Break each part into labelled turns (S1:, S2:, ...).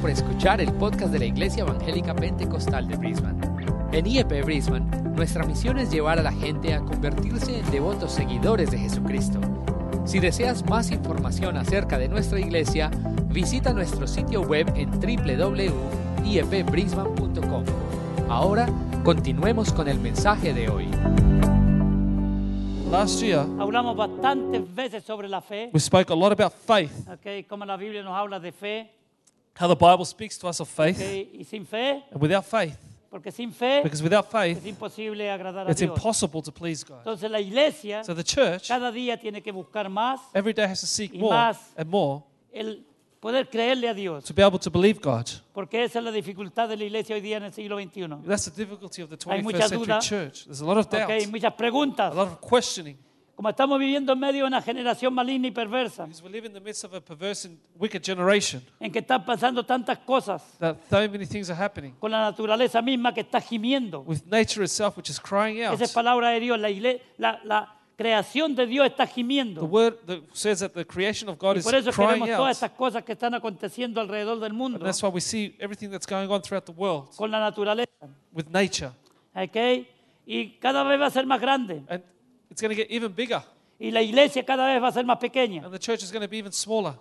S1: por escuchar el podcast de la Iglesia Evangélica Pentecostal de Brisbane. En IEP Brisbane, nuestra misión es llevar a la gente a convertirse en devotos seguidores de Jesucristo. Si deseas más información acerca de nuestra iglesia, visita nuestro sitio web en E www.iepbrisbane.com. Ahora, continuemos con el mensaje de hoy.
S2: Last year,
S3: Hablamos bastantes veces sobre la fe,
S2: we spoke a lot about faith,
S3: ok, como la Biblia nos habla de fe,
S2: how the Bible speaks to us of
S3: ok,
S2: faith.
S3: y sin fe,
S2: And without faith,
S3: porque sin fe
S2: because without
S3: es
S2: faith,
S3: imposible agradar a
S2: it's
S3: Dios.
S2: impossible to please God.
S3: Entonces la iglesia
S2: So the church
S3: cada día tiene que buscar más
S2: every day has to seek
S3: Y
S2: more
S3: más.
S2: and more
S3: el poder creerle a Dios,
S2: to be able to believe God.
S3: porque esa es la dificultad de la iglesia hoy día en el siglo XXI. Ok,
S2: That's the difficulty of the
S3: Hay
S2: 21st
S3: mucha
S2: century
S3: duda.
S2: church. There's a lot of doubt, a
S3: muchas preguntas.
S2: lot of questioning,
S3: Como estamos viviendo en medio de una generación maligna y perversa,
S2: because we live in the midst of a perverse and wicked generation
S3: en que están pasando tantas cosas
S2: that so many things are happening
S3: con la naturaleza misma que está gimiendo.
S2: with nature itself, which is crying out.
S3: Esa es palabra de Dios. La, igle- la- la creación de Dios está
S2: The
S3: gimiendo.
S2: word that says that the creation of God
S3: Y
S2: is
S3: por eso
S2: crying
S3: queremos
S2: out.
S3: todas estas cosas que están aconteciendo alrededor del
S2: And
S3: mundo
S2: that's why we see everything that's going on throughout the world
S3: con la naturaleza.
S2: with nature.
S3: ¿ok? Y cada vez va a ser más grande.
S2: And it's going to get even bigger.
S3: Y la iglesia cada vez va a ser más pequeña.
S2: And the church is going to be even smaller.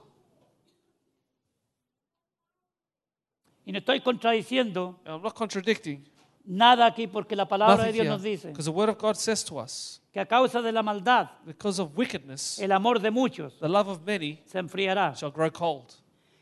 S3: Y no estoy contradiciendo
S2: And I'm not contradicting.
S3: nada aquí porque la palabra de Dios nos dice
S2: Because the word of God says to us,
S3: que a causa de la maldad,
S2: because of wickedness,
S3: el amor de muchos
S2: the love of many
S3: se enfriará.
S2: shall grow cold.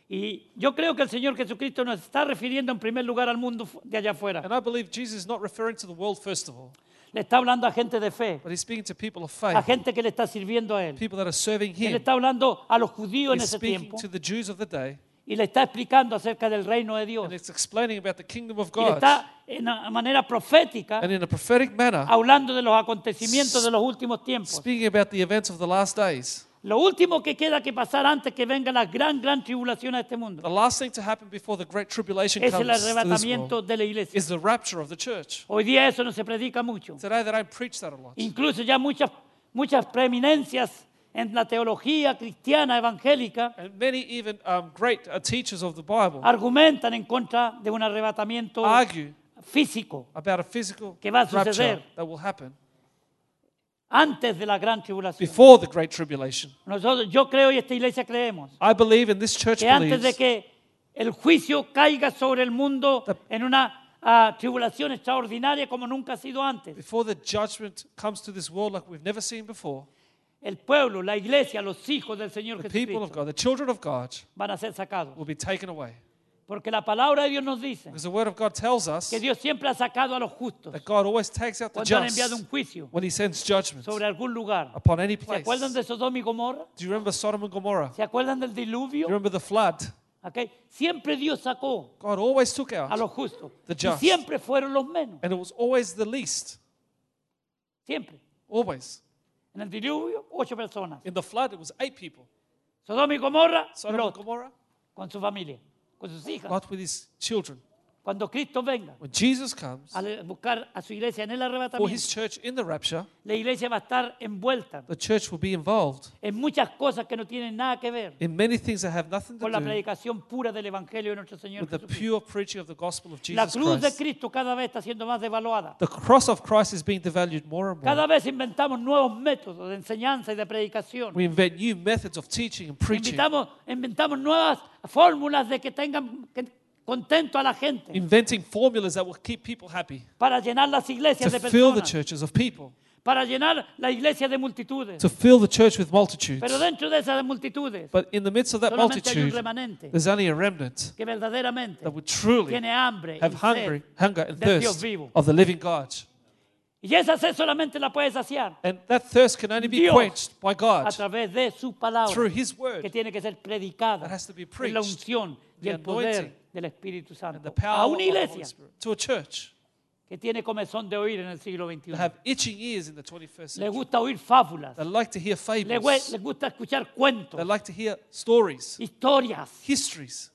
S3: Y yo creo que el Señor Jesucristo nos está refiriendo en primer lugar al mundo fu- de allá afuera.
S2: And I believe Jesus is not referring to the world, first of all,
S3: Le está hablando a gente de fe,
S2: but he's speaking to people of
S3: a
S2: faith,
S3: gente que le está sirviendo a Él.
S2: people that are serving
S3: Él
S2: him.
S3: está hablando a los judíos en
S2: He's
S3: ese
S2: speaking
S3: tiempo
S2: to the Jews of the day,
S3: y le está explicando acerca del reino de Dios.
S2: and it's explaining about the kingdom of
S3: Y le
S2: God.
S3: está en una manera profética
S2: And in a prophetic manner,
S3: hablando de los acontecimientos de los últimos tiempos.
S2: speaking about the events of the last days.
S3: Lo último que queda que pasar antes que venga la gran, gran tribulación a este
S2: The
S3: mundo
S2: last thing to happen before the great tribulation
S3: es el
S2: comes to this world
S3: arrebatamiento de la iglesia.
S2: is the rapture of the church.
S3: Hoy día eso no se predica mucho.
S2: Today they don't preach that a lot.
S3: Incluso ya muchas, muchas preeminencias en la teología cristiana evangélica
S2: And many even um, great uh, teachers of the Bible
S3: argumentan en contra de un arrebatamiento
S2: argue
S3: físico
S2: about a physical
S3: Que va a
S2: rapture
S3: suceder.
S2: that will happen
S3: antes de la gran tribulación.
S2: before the great tribulation.
S3: Nosotros, yo creo y esta iglesia creemos
S2: I believe in this church
S3: que antes de
S2: believes
S3: que el juicio caiga sobre el mundo en una ah, tribulación extraordinaria como nunca ha sido antes,
S2: before the judgment comes to this world like we've never seen before,
S3: el pueblo, la iglesia, los hijos del Señor
S2: the people of
S3: Jesucristo
S2: God, the children of God,
S3: van a ser sacados.
S2: will be taken away.
S3: Porque la palabra de Dios nos dice
S2: Because the word of God tells us
S3: que Dios siempre ha sacado a los justos
S2: that God always takes out the
S3: cuando han enviado
S2: just
S3: un juicio
S2: when he sends judgment
S3: sobre algún lugar.
S2: upon any
S3: ¿Se
S2: place.
S3: acuerdan de Sodoma y Gomorra?
S2: Do you remember Sodom and Gomorrah?
S3: ¿Se acuerdan del
S2: Do you
S3: diluvio?
S2: remember the flood?
S3: ¿Ok? Siempre Dios sacó
S2: God always took
S3: a
S2: out,
S3: los justos.
S2: The
S3: Y
S2: just.
S3: siempre fueron los menos.
S2: and it was always the least.
S3: Siempre.
S2: Always.
S3: En el diluvio, ocho personas.
S2: In the flood, it was eight people.
S3: Sodoma y Gomorra,
S2: Sodom and
S3: Lot,
S2: Gomorrah,
S3: con su familia, con sus hijas.
S2: Lot with his children.
S3: Cuando Cristo venga
S2: When Jesus comes
S3: a le- buscar a su iglesia en el
S2: for
S3: arrebatamiento,
S2: his church in the rapture,
S3: la iglesia va a estar envuelta
S2: the church will be involved
S3: en muchas cosas que no tienen nada que ver
S2: in many things that have nothing to
S3: con la
S2: do
S3: predicación pura del Evangelio de nuestro Señor
S2: with the
S3: Jesucristo.
S2: pure preaching of the gospel of
S3: La
S2: Jesus
S3: cruz de
S2: Christ.
S3: Cristo cada vez está siendo más devaluada.
S2: The cross of Christ is being devalued more and more.
S3: Cada vez inventamos nuevos métodos de enseñanza y de predicación.
S2: We invent new methods of teaching and preaching,
S3: Invitamos, inventamos nuevas fórmulas de que tengan que- contento a la gente
S2: inventing formulas that will keep people happy,
S3: para llenar las
S2: to
S3: iglesias de
S2: fill the
S3: personas.
S2: churches of people,
S3: para llenar la iglesia de multitudes.
S2: to fill the church with multitudes.
S3: Pero dentro de esas multitudes,
S2: But in the midst of that
S3: solamente hay un
S2: multitude,
S3: remanente
S2: There's only a remnant
S3: que verdaderamente
S2: that would truly
S3: tiene hambre y
S2: have hunger,
S3: sed.
S2: hunger and
S3: del Dios
S2: thirst
S3: vivo.
S2: of the living God.
S3: Y esa sed solamente la puede saciar
S2: And that thirst can only be
S3: Dios.
S2: quenched by
S3: a
S2: God
S3: través de su palabra,
S2: through His
S3: que
S2: word
S3: tiene que ser
S2: That
S3: predicada
S2: has to be
S3: en la
S2: preached.
S3: unción y
S2: The
S3: el poder
S2: anointing.
S3: del Espíritu
S2: and the
S3: Santo. A
S2: power of
S3: una
S2: the Holy
S3: iglesia
S2: Spirit to a church
S3: que tiene comezón de oír en el siglo XXI.
S2: that have itching ears in the 21st
S3: Le
S2: century.
S3: gusta oír fábulas,
S2: They like to hear
S3: le,
S2: fables.
S3: gue- le gusta escuchar
S2: They
S3: cuentos,
S2: like to hear stories,
S3: historias.
S2: histories.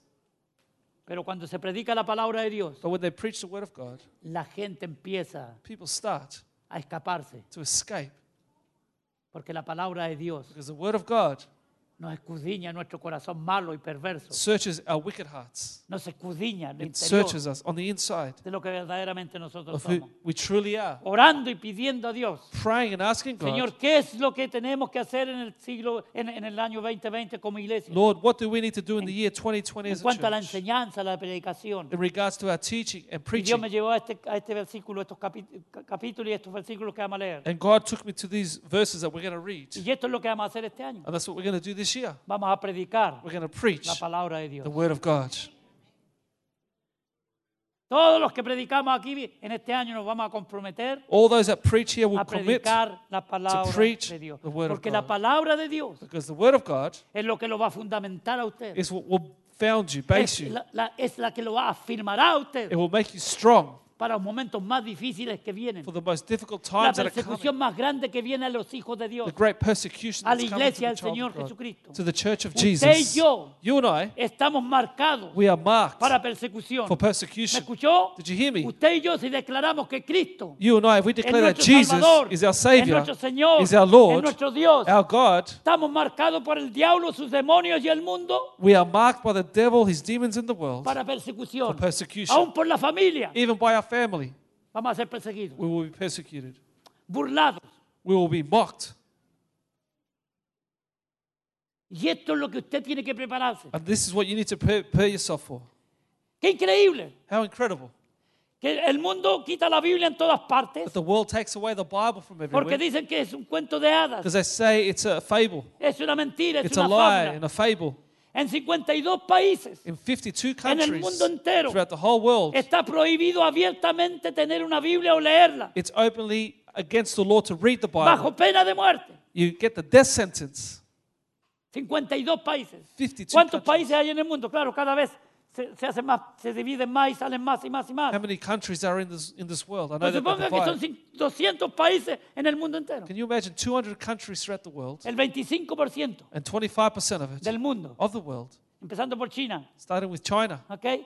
S3: Pero cuando se predica la palabra de Dios,
S2: But when they preach the word of God,
S3: la gente empieza
S2: people start
S3: a escaparse.
S2: to escape
S3: Porque la palabra de Dios
S2: because the word of God
S3: nos escudriña nuestro corazón malo y perverso.
S2: searches our wicked hearts.
S3: Nos escudriña el
S2: It
S3: interior
S2: searches us on the inside
S3: de lo que verdaderamente nosotros
S2: of who
S3: somos.
S2: we truly are.
S3: Orando y pidiendo a Dios,
S2: Praying and asking God,
S3: Señor, ¿qué es lo que tenemos que hacer en el siglo, en, en el año 2020 como iglesia?
S2: Lord, what do we need to do in the year 2020
S3: En
S2: as a
S3: cuanto a la
S2: church?
S3: enseñanza, la predicación.
S2: In regards to our teaching and
S3: Y Dios
S2: preaching.
S3: me llevó a este, a este versículo, estos capi- ca- capítulos y estos versículos que vamos a leer.
S2: And God took me to these verses that we're going to read.
S3: Y esto es lo que vamos a hacer este año.
S2: And that's what we're going to do this year.
S3: Vamos a predicar
S2: We're going to preach
S3: la palabra de Dios.
S2: the Word of God.
S3: Todos los que predicamos aquí en este año nos vamos a comprometer
S2: All those that preach here will
S3: a
S2: commit
S3: predicar la palabra
S2: preach
S3: de Dios.
S2: the word of
S3: Porque la
S2: God.
S3: palabra de Dios
S2: because the Word of God
S3: es lo que lo va a fundamentar a usted.
S2: is what will found you, base
S3: Es
S2: you.
S3: la, la- es la que lo va a afirmará a usted
S2: It will make you strong
S3: para los momentos más difíciles que vienen.
S2: for the most difficult
S3: La
S2: times that are coming.
S3: persecución más grande que viene a los hijos de Dios.
S2: the great persecution
S3: a la
S2: that's coming to
S3: iglesia
S2: the
S3: del
S2: child
S3: Señor
S2: of God,
S3: Jesucristo.
S2: to the church of
S3: Usted
S2: Jesus.
S3: y yo.
S2: You and I,
S3: Estamos marcados
S2: we are marked
S3: para persecución.
S2: for
S3: ¿Me
S2: persecution.
S3: escuchó?
S2: Did you hear me?
S3: Usted y yo si declaramos que Cristo
S2: You and I, if we declare that
S3: nuestro
S2: Jesus
S3: Salvador,
S2: is our
S3: es
S2: Savior,
S3: nuestro Señor,
S2: is our
S3: es
S2: Lord,
S3: nuestro Dios.
S2: our God,
S3: estamos marcados por el diablo, sus demonios y el mundo
S2: we are marked by the devil, his demons in the world,
S3: para persecución,
S2: For persecution.
S3: aún por la familia.
S2: even by our family.
S3: Vamos a ser perseguidos,
S2: We will be persecuted.
S3: burlados.
S2: We will be mocked.
S3: Y esto es lo que usted tiene que prepararse.
S2: And this is what you need to pre- prepare yourself for.
S3: Qué increíble
S2: How incredible
S3: que el mundo quita la Biblia en todas
S2: that
S3: partes
S2: the world takes away the Bible from
S3: porque
S2: everywhere
S3: dicen que es un cuento de hadas,
S2: because they say it's a fable,
S3: es una mentira, es
S2: it's a
S3: una
S2: lie
S3: fábula.
S2: and a fable.
S3: En 52 países
S2: In 52
S3: En el
S2: countries
S3: mundo entero.
S2: throughout the whole world,
S3: está prohibido abiertamente tener una Biblia o leerla
S2: it's openly against the law to read the Bible.
S3: bajo pena de muerte.
S2: You get the death sentence.
S3: 52 países.
S2: 52
S3: ¿Cuántos
S2: countries.
S3: países hay en el mundo? Claro, cada vez se, se hacen más, se dividen más y salen más y más y más.
S2: How many countries are in this in this world? I know that
S3: Pues
S2: they
S3: suponga que son
S2: divide.
S3: cin- 200 países en el mundo entero.
S2: Can you imagine 200 countries throughout the world
S3: El 25%
S2: and 25% of it
S3: del mundo,
S2: of the world,
S3: empezando por China,
S2: starting with China,
S3: ¿ok?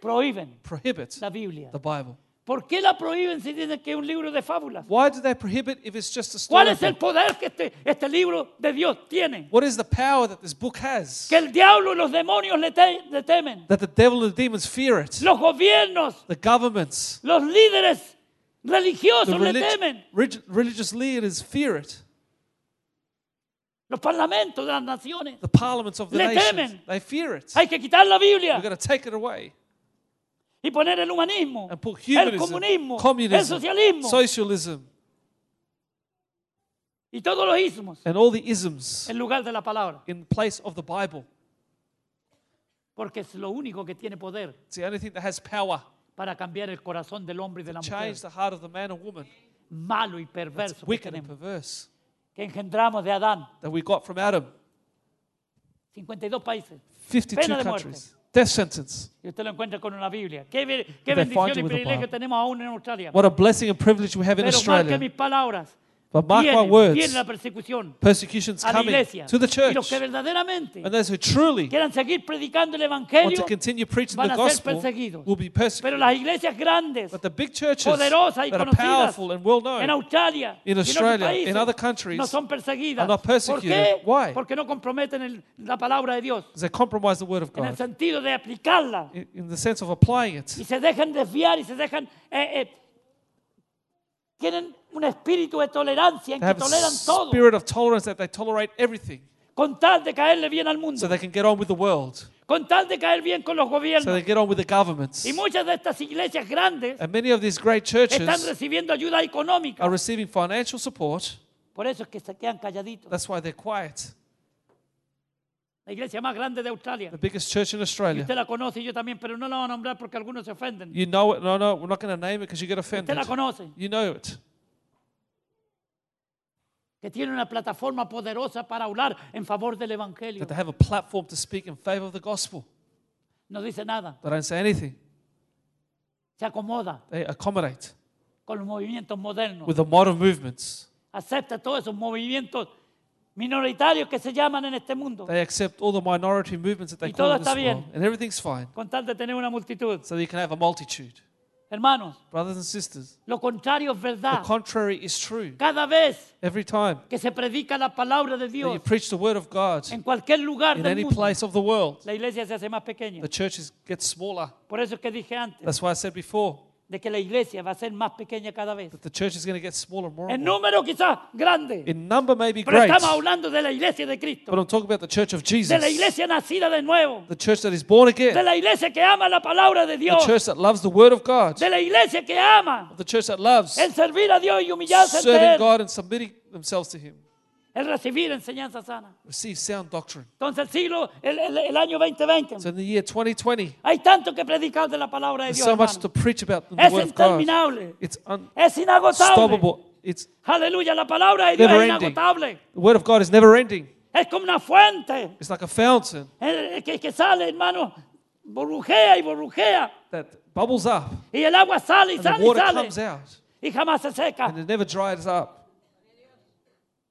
S3: Prohíben
S2: prohibit
S3: la Biblia.
S2: the Bible?
S3: ¿Por qué la prohíben si dicen que es un libro de fábulas?
S2: Why do they prohibit if it's just a
S3: ¿Cuál
S2: story?
S3: es el poder que este, este libro de Dios tiene?
S2: What is the power that this book has?
S3: Que el diablo y los demonios le, te- le temen.
S2: That the devil and the demons fear it.
S3: Los gobiernos,
S2: The governments,
S3: los líderes
S2: the
S3: religiosos le
S2: relig-
S3: temen.
S2: relig- religious leaders fear it.
S3: Los parlamentos de las naciones.
S2: The parliaments of the
S3: Le
S2: nations,
S3: temen.
S2: they fear it.
S3: Hay que quitar la Biblia
S2: We're going to take it away
S3: y poner el humanismo,
S2: and put
S3: el
S2: humanism,
S3: comunismo, el
S2: communism,
S3: socialismo
S2: socialism,
S3: y todos los ismos
S2: and all the isms
S3: en lugar de la palabra.
S2: in place of the Bible.
S3: Porque es lo único que tiene poder
S2: It's the only thing that has power.
S3: para cambiar el corazón del hombre y de la mujer
S2: Change the heart of the man or woman.
S3: malo y perverso que
S2: Wicked and
S3: tenemos,
S2: perverse
S3: que engendramos de Adán.
S2: that we got from Adam.
S3: 52 países.
S2: 52
S3: Pena de muerte.
S2: countries. Death sentence.
S3: Y usted lo encuentra con una Biblia. Qué, be- qué
S2: They find
S3: bendición y
S2: you with a
S3: privilegio
S2: Bible.
S3: tenemos aún en Australia.
S2: What a blessing and privilege we have in
S3: Pero marque
S2: Australia.
S3: mis palabras.
S2: But mark
S3: viene,
S2: my words.
S3: viene la persecución
S2: Persecution's
S3: a la
S2: coming
S3: iglesia.
S2: to the
S3: Y los
S2: church.
S3: que verdaderamente
S2: And those who truly
S3: quieran seguir predicando el
S2: want
S3: Evangelio
S2: to continue preaching
S3: van
S2: the
S3: a ser
S2: gospel
S3: perseguidos.
S2: will be
S3: Pero
S2: persecuted.
S3: las iglesias grandes,
S2: But the big churches that
S3: poderosas y
S2: are
S3: conocidas
S2: powerful and well
S3: en
S2: known
S3: Australia,
S2: in
S3: y en otros
S2: Australia,
S3: países,
S2: in other countries,
S3: no son perseguidas.
S2: are not
S3: ¿Por qué?
S2: persecuted. Why?
S3: Porque no comprometen el- la palabra de Dios
S2: they compromise the word of
S3: en el
S2: Oh God
S3: sentido de aplicarla
S2: in, in the sense of applying it.
S3: y se dejan desviar y se dejan... eh, eh, tienen un espíritu de tolerancia en
S2: They have
S3: que
S2: a
S3: toleran todo
S2: spirit of tolerance that they tolerate everything
S3: con tal de caerle bien al mundo,
S2: so they can get on with the world,
S3: con tal de caer bien con los
S2: so they
S3: gobiernos.
S2: get on with the governments.
S3: Y muchas de estas iglesias grandes
S2: And many of these great
S3: están
S2: churches
S3: recibiendo ayuda económica.
S2: are receiving financial support.
S3: Por eso es que se quedan calladitos.
S2: That's why they're quiet.
S3: La iglesia más grande de Australia.
S2: The biggest church in Australia.
S3: Usted la conoce y yo también, pero no la voy a nombrar porque algunos se ofenden.
S2: You know it. No, no, we're not going to name it because you get
S3: Usted
S2: offended.
S3: la conoce,
S2: You know it.
S3: que tiene una plataforma poderosa para hablar en favor del Evangelio.
S2: That they have a platform to speak in favor of the gospel.
S3: No dice nada,
S2: They don't say anything.
S3: se acomoda
S2: They accommodate
S3: con los movimientos modernos.
S2: with the modern movements.
S3: Acepta todos esos movimientos minoritarios que se llaman en este mundo,
S2: They accept all the minority movements that they
S3: Y
S2: call
S3: todo
S2: in this
S3: está bien.
S2: world, and everything's fine.
S3: con tal de tener una multitud.
S2: So that you can have a multitude.
S3: Hermanos,
S2: Brothers and sisters,
S3: lo contrario es
S2: the
S3: verdad.
S2: contrary is true.
S3: Cada vez
S2: Every time
S3: que se predica la palabra de
S2: that you
S3: Dios
S2: preach the word of God
S3: en cualquier lugar
S2: in
S3: del
S2: any
S3: mundo,
S2: place of the world,
S3: la iglesia se hace más pequeña.
S2: the church is, gets smaller.
S3: Por eso es que dije antes
S2: That's why I said before
S3: de que la iglesia va a ser más pequeña cada vez.
S2: that the church is going to get smaller more
S3: En
S2: and more.
S3: número quizás grande,
S2: In number, maybe
S3: pero
S2: great,
S3: estamos hablando de la iglesia de Cristo,
S2: but I'm talking about the church of
S3: de
S2: Jesus,
S3: la iglesia nacida de nuevo,
S2: the church that is born
S3: de
S2: again,
S3: la iglesia que ama la palabra de
S2: the
S3: Dios,
S2: church that loves the word of God,
S3: de la iglesia que ama
S2: the church that loves
S3: el servir a Dios y humillarse ante
S2: serving
S3: Él,
S2: God and submitting themselves to Him.
S3: el recibir enseñanza sana.
S2: Receive sound doctrine.
S3: Entonces el siglo, el, el- el año 2020,
S2: So in the year 2020,
S3: hay tanto que predicar de la palabra de
S2: there's
S3: Dios.
S2: so much
S3: hermano.
S2: to preach about in the
S3: Es
S2: word of God.
S3: interminable,
S2: It's
S3: es inagotable.
S2: unstoppable. It's
S3: Aleluya, la palabra de Dios
S2: Never
S3: es
S2: ending.
S3: inagotable.
S2: the word of God is never ending.
S3: Es como una fuente
S2: It's like a fountain
S3: eh, que, que sale, hermano, burbujea y burbujea.
S2: that bubbles up
S3: Y el agua sale y
S2: and the
S3: sale y
S2: water
S3: sale.
S2: comes out
S3: Y jamás se seca.
S2: and it never dries up.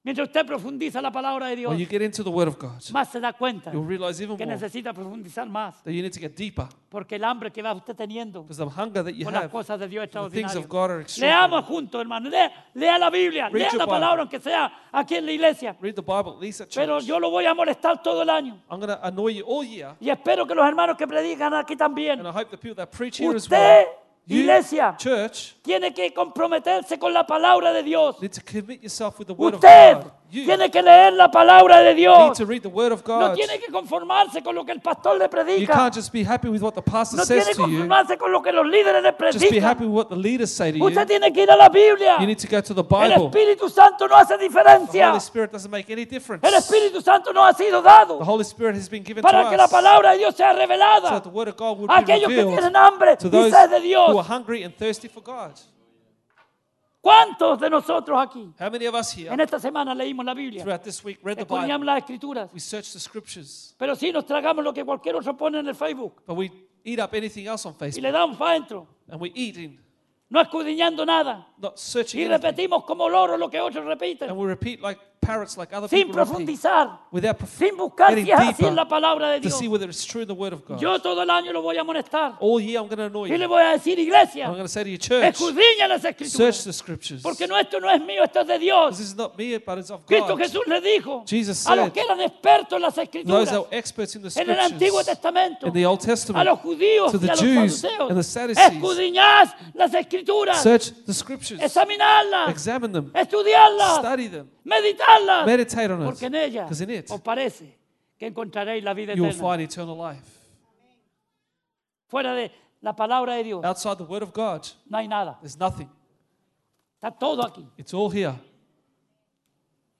S3: Mientras usted profundiza la palabra de Dios,
S2: When you get into the word of God,
S3: más se da cuenta
S2: you'll realize even
S3: que
S2: more
S3: necesita profundizar más.
S2: that you need to get deeper
S3: Porque el hambre que va usted teniendo
S2: because the hunger that you
S3: con las
S2: have,
S3: cosas de Dios
S2: the Pues, things of
S3: extraordinarias.
S2: God are extraordinary.
S3: Leamos juntos, hermano. Lea, lea la Biblia,
S2: Read
S3: lea
S2: your
S3: la
S2: Bible.
S3: palabra, aunque sea aquí en la iglesia.
S2: Read the Bible at least at
S3: Pero
S2: church.
S3: yo lo voy a molestar todo el año.
S2: I'm going to annoy you all year,
S3: Y espero que los hermanos que predican aquí también
S2: and I hope the people that preach here as
S3: Usted,
S2: well, you,
S3: iglesia.
S2: church,
S3: tiene que comprometerse con la palabra de Dios.
S2: need to commit yourself with the word
S3: Usted
S2: of God. You
S3: tiene que leer la palabra de
S2: need
S3: Dios.
S2: to read the word of
S3: No
S2: God.
S3: tiene que conformarse con lo que el pastor le
S2: You can't
S3: predica.
S2: just be happy with what the pastor
S3: No tiene
S2: says
S3: que
S2: to you.
S3: conformarse con lo que los líderes le
S2: Just be happy
S3: predican.
S2: with what the leaders say to
S3: Usted
S2: you.
S3: tiene que ir a la Biblia.
S2: You need to go to the
S3: El
S2: Bible.
S3: Espíritu Santo no hace
S2: The
S3: diferencia.
S2: Holy Spirit doesn't make any difference.
S3: El
S2: The
S3: Espíritu Santo no ha sido dado
S2: Holy Spirit has been given to
S3: para que la
S2: us so
S3: palabra de Dios sea
S2: that the
S3: revelada
S2: word of God would
S3: a
S2: be
S3: aquellos que
S2: revealed
S3: tienen hambre
S2: to
S3: y
S2: those
S3: sed
S2: who
S3: de
S2: are
S3: Dios.
S2: hungry and thirsty for God.
S3: ¿Cuántos de nosotros aquí
S2: How many of us
S3: en
S2: here
S3: esta semana leímos la Biblia?
S2: throughout this week read the Bible?
S3: Escudriñamos las escrituras.
S2: We search the scriptures,
S3: Pero sí nos tragamos lo que cualquier otro pone en el Facebook
S2: but we eat up anything else on
S3: y
S2: Facebook
S3: le damos para adentro,
S2: and we eat in
S3: no escudriñando nada.
S2: not searching
S3: Y
S2: anything.
S3: repetimos como loros lo que otros repiten,
S2: and we repeat like parrots, like other
S3: sin
S2: people repeat,
S3: profundizar,
S2: without prof-
S3: sin buscar
S2: getting
S3: si es así en
S2: deeper
S3: la palabra de
S2: to
S3: Dios.
S2: see whether it's true in the Word of God.
S3: Yo todo el año lo voy a amonestar
S2: All year I'm going to annoy
S3: y le
S2: you.
S3: voy a decir,
S2: I'm
S3: iglesia,
S2: going to say to you, church,
S3: escudriña las
S2: search
S3: escrituras,
S2: the scriptures.
S3: porque no, esto no es mío, esto es de
S2: This
S3: Dios.
S2: is not me, but it's of
S3: Cristo
S2: God.
S3: Jesús le dijo
S2: Jesus
S3: a los
S2: said,
S3: que eran expertos en las
S2: Those
S3: escrituras,
S2: that were experts in the
S3: en el Antiguo
S2: scriptures,
S3: Testamento,
S2: in the Old
S3: a los
S2: Testament,
S3: judíos
S2: to the
S3: y a los
S2: Jews and the
S3: saduceos,
S2: Sadducees.
S3: escudriñad las escrituras,
S2: search the scriptures,
S3: examinarlas,
S2: examine them,
S3: estudiarlas,
S2: study them,
S3: meditarlas,
S2: meditate on
S3: porque en
S2: it.
S3: ellas
S2: 'cause in it
S3: os parece que encontraréis la vida
S2: You will
S3: eterna.
S2: find eternal life.
S3: Fuera de la palabra de Dios
S2: Outside the Word of God,
S3: no hay nada,
S2: there's nothing.
S3: está todo aquí.
S2: It's all here.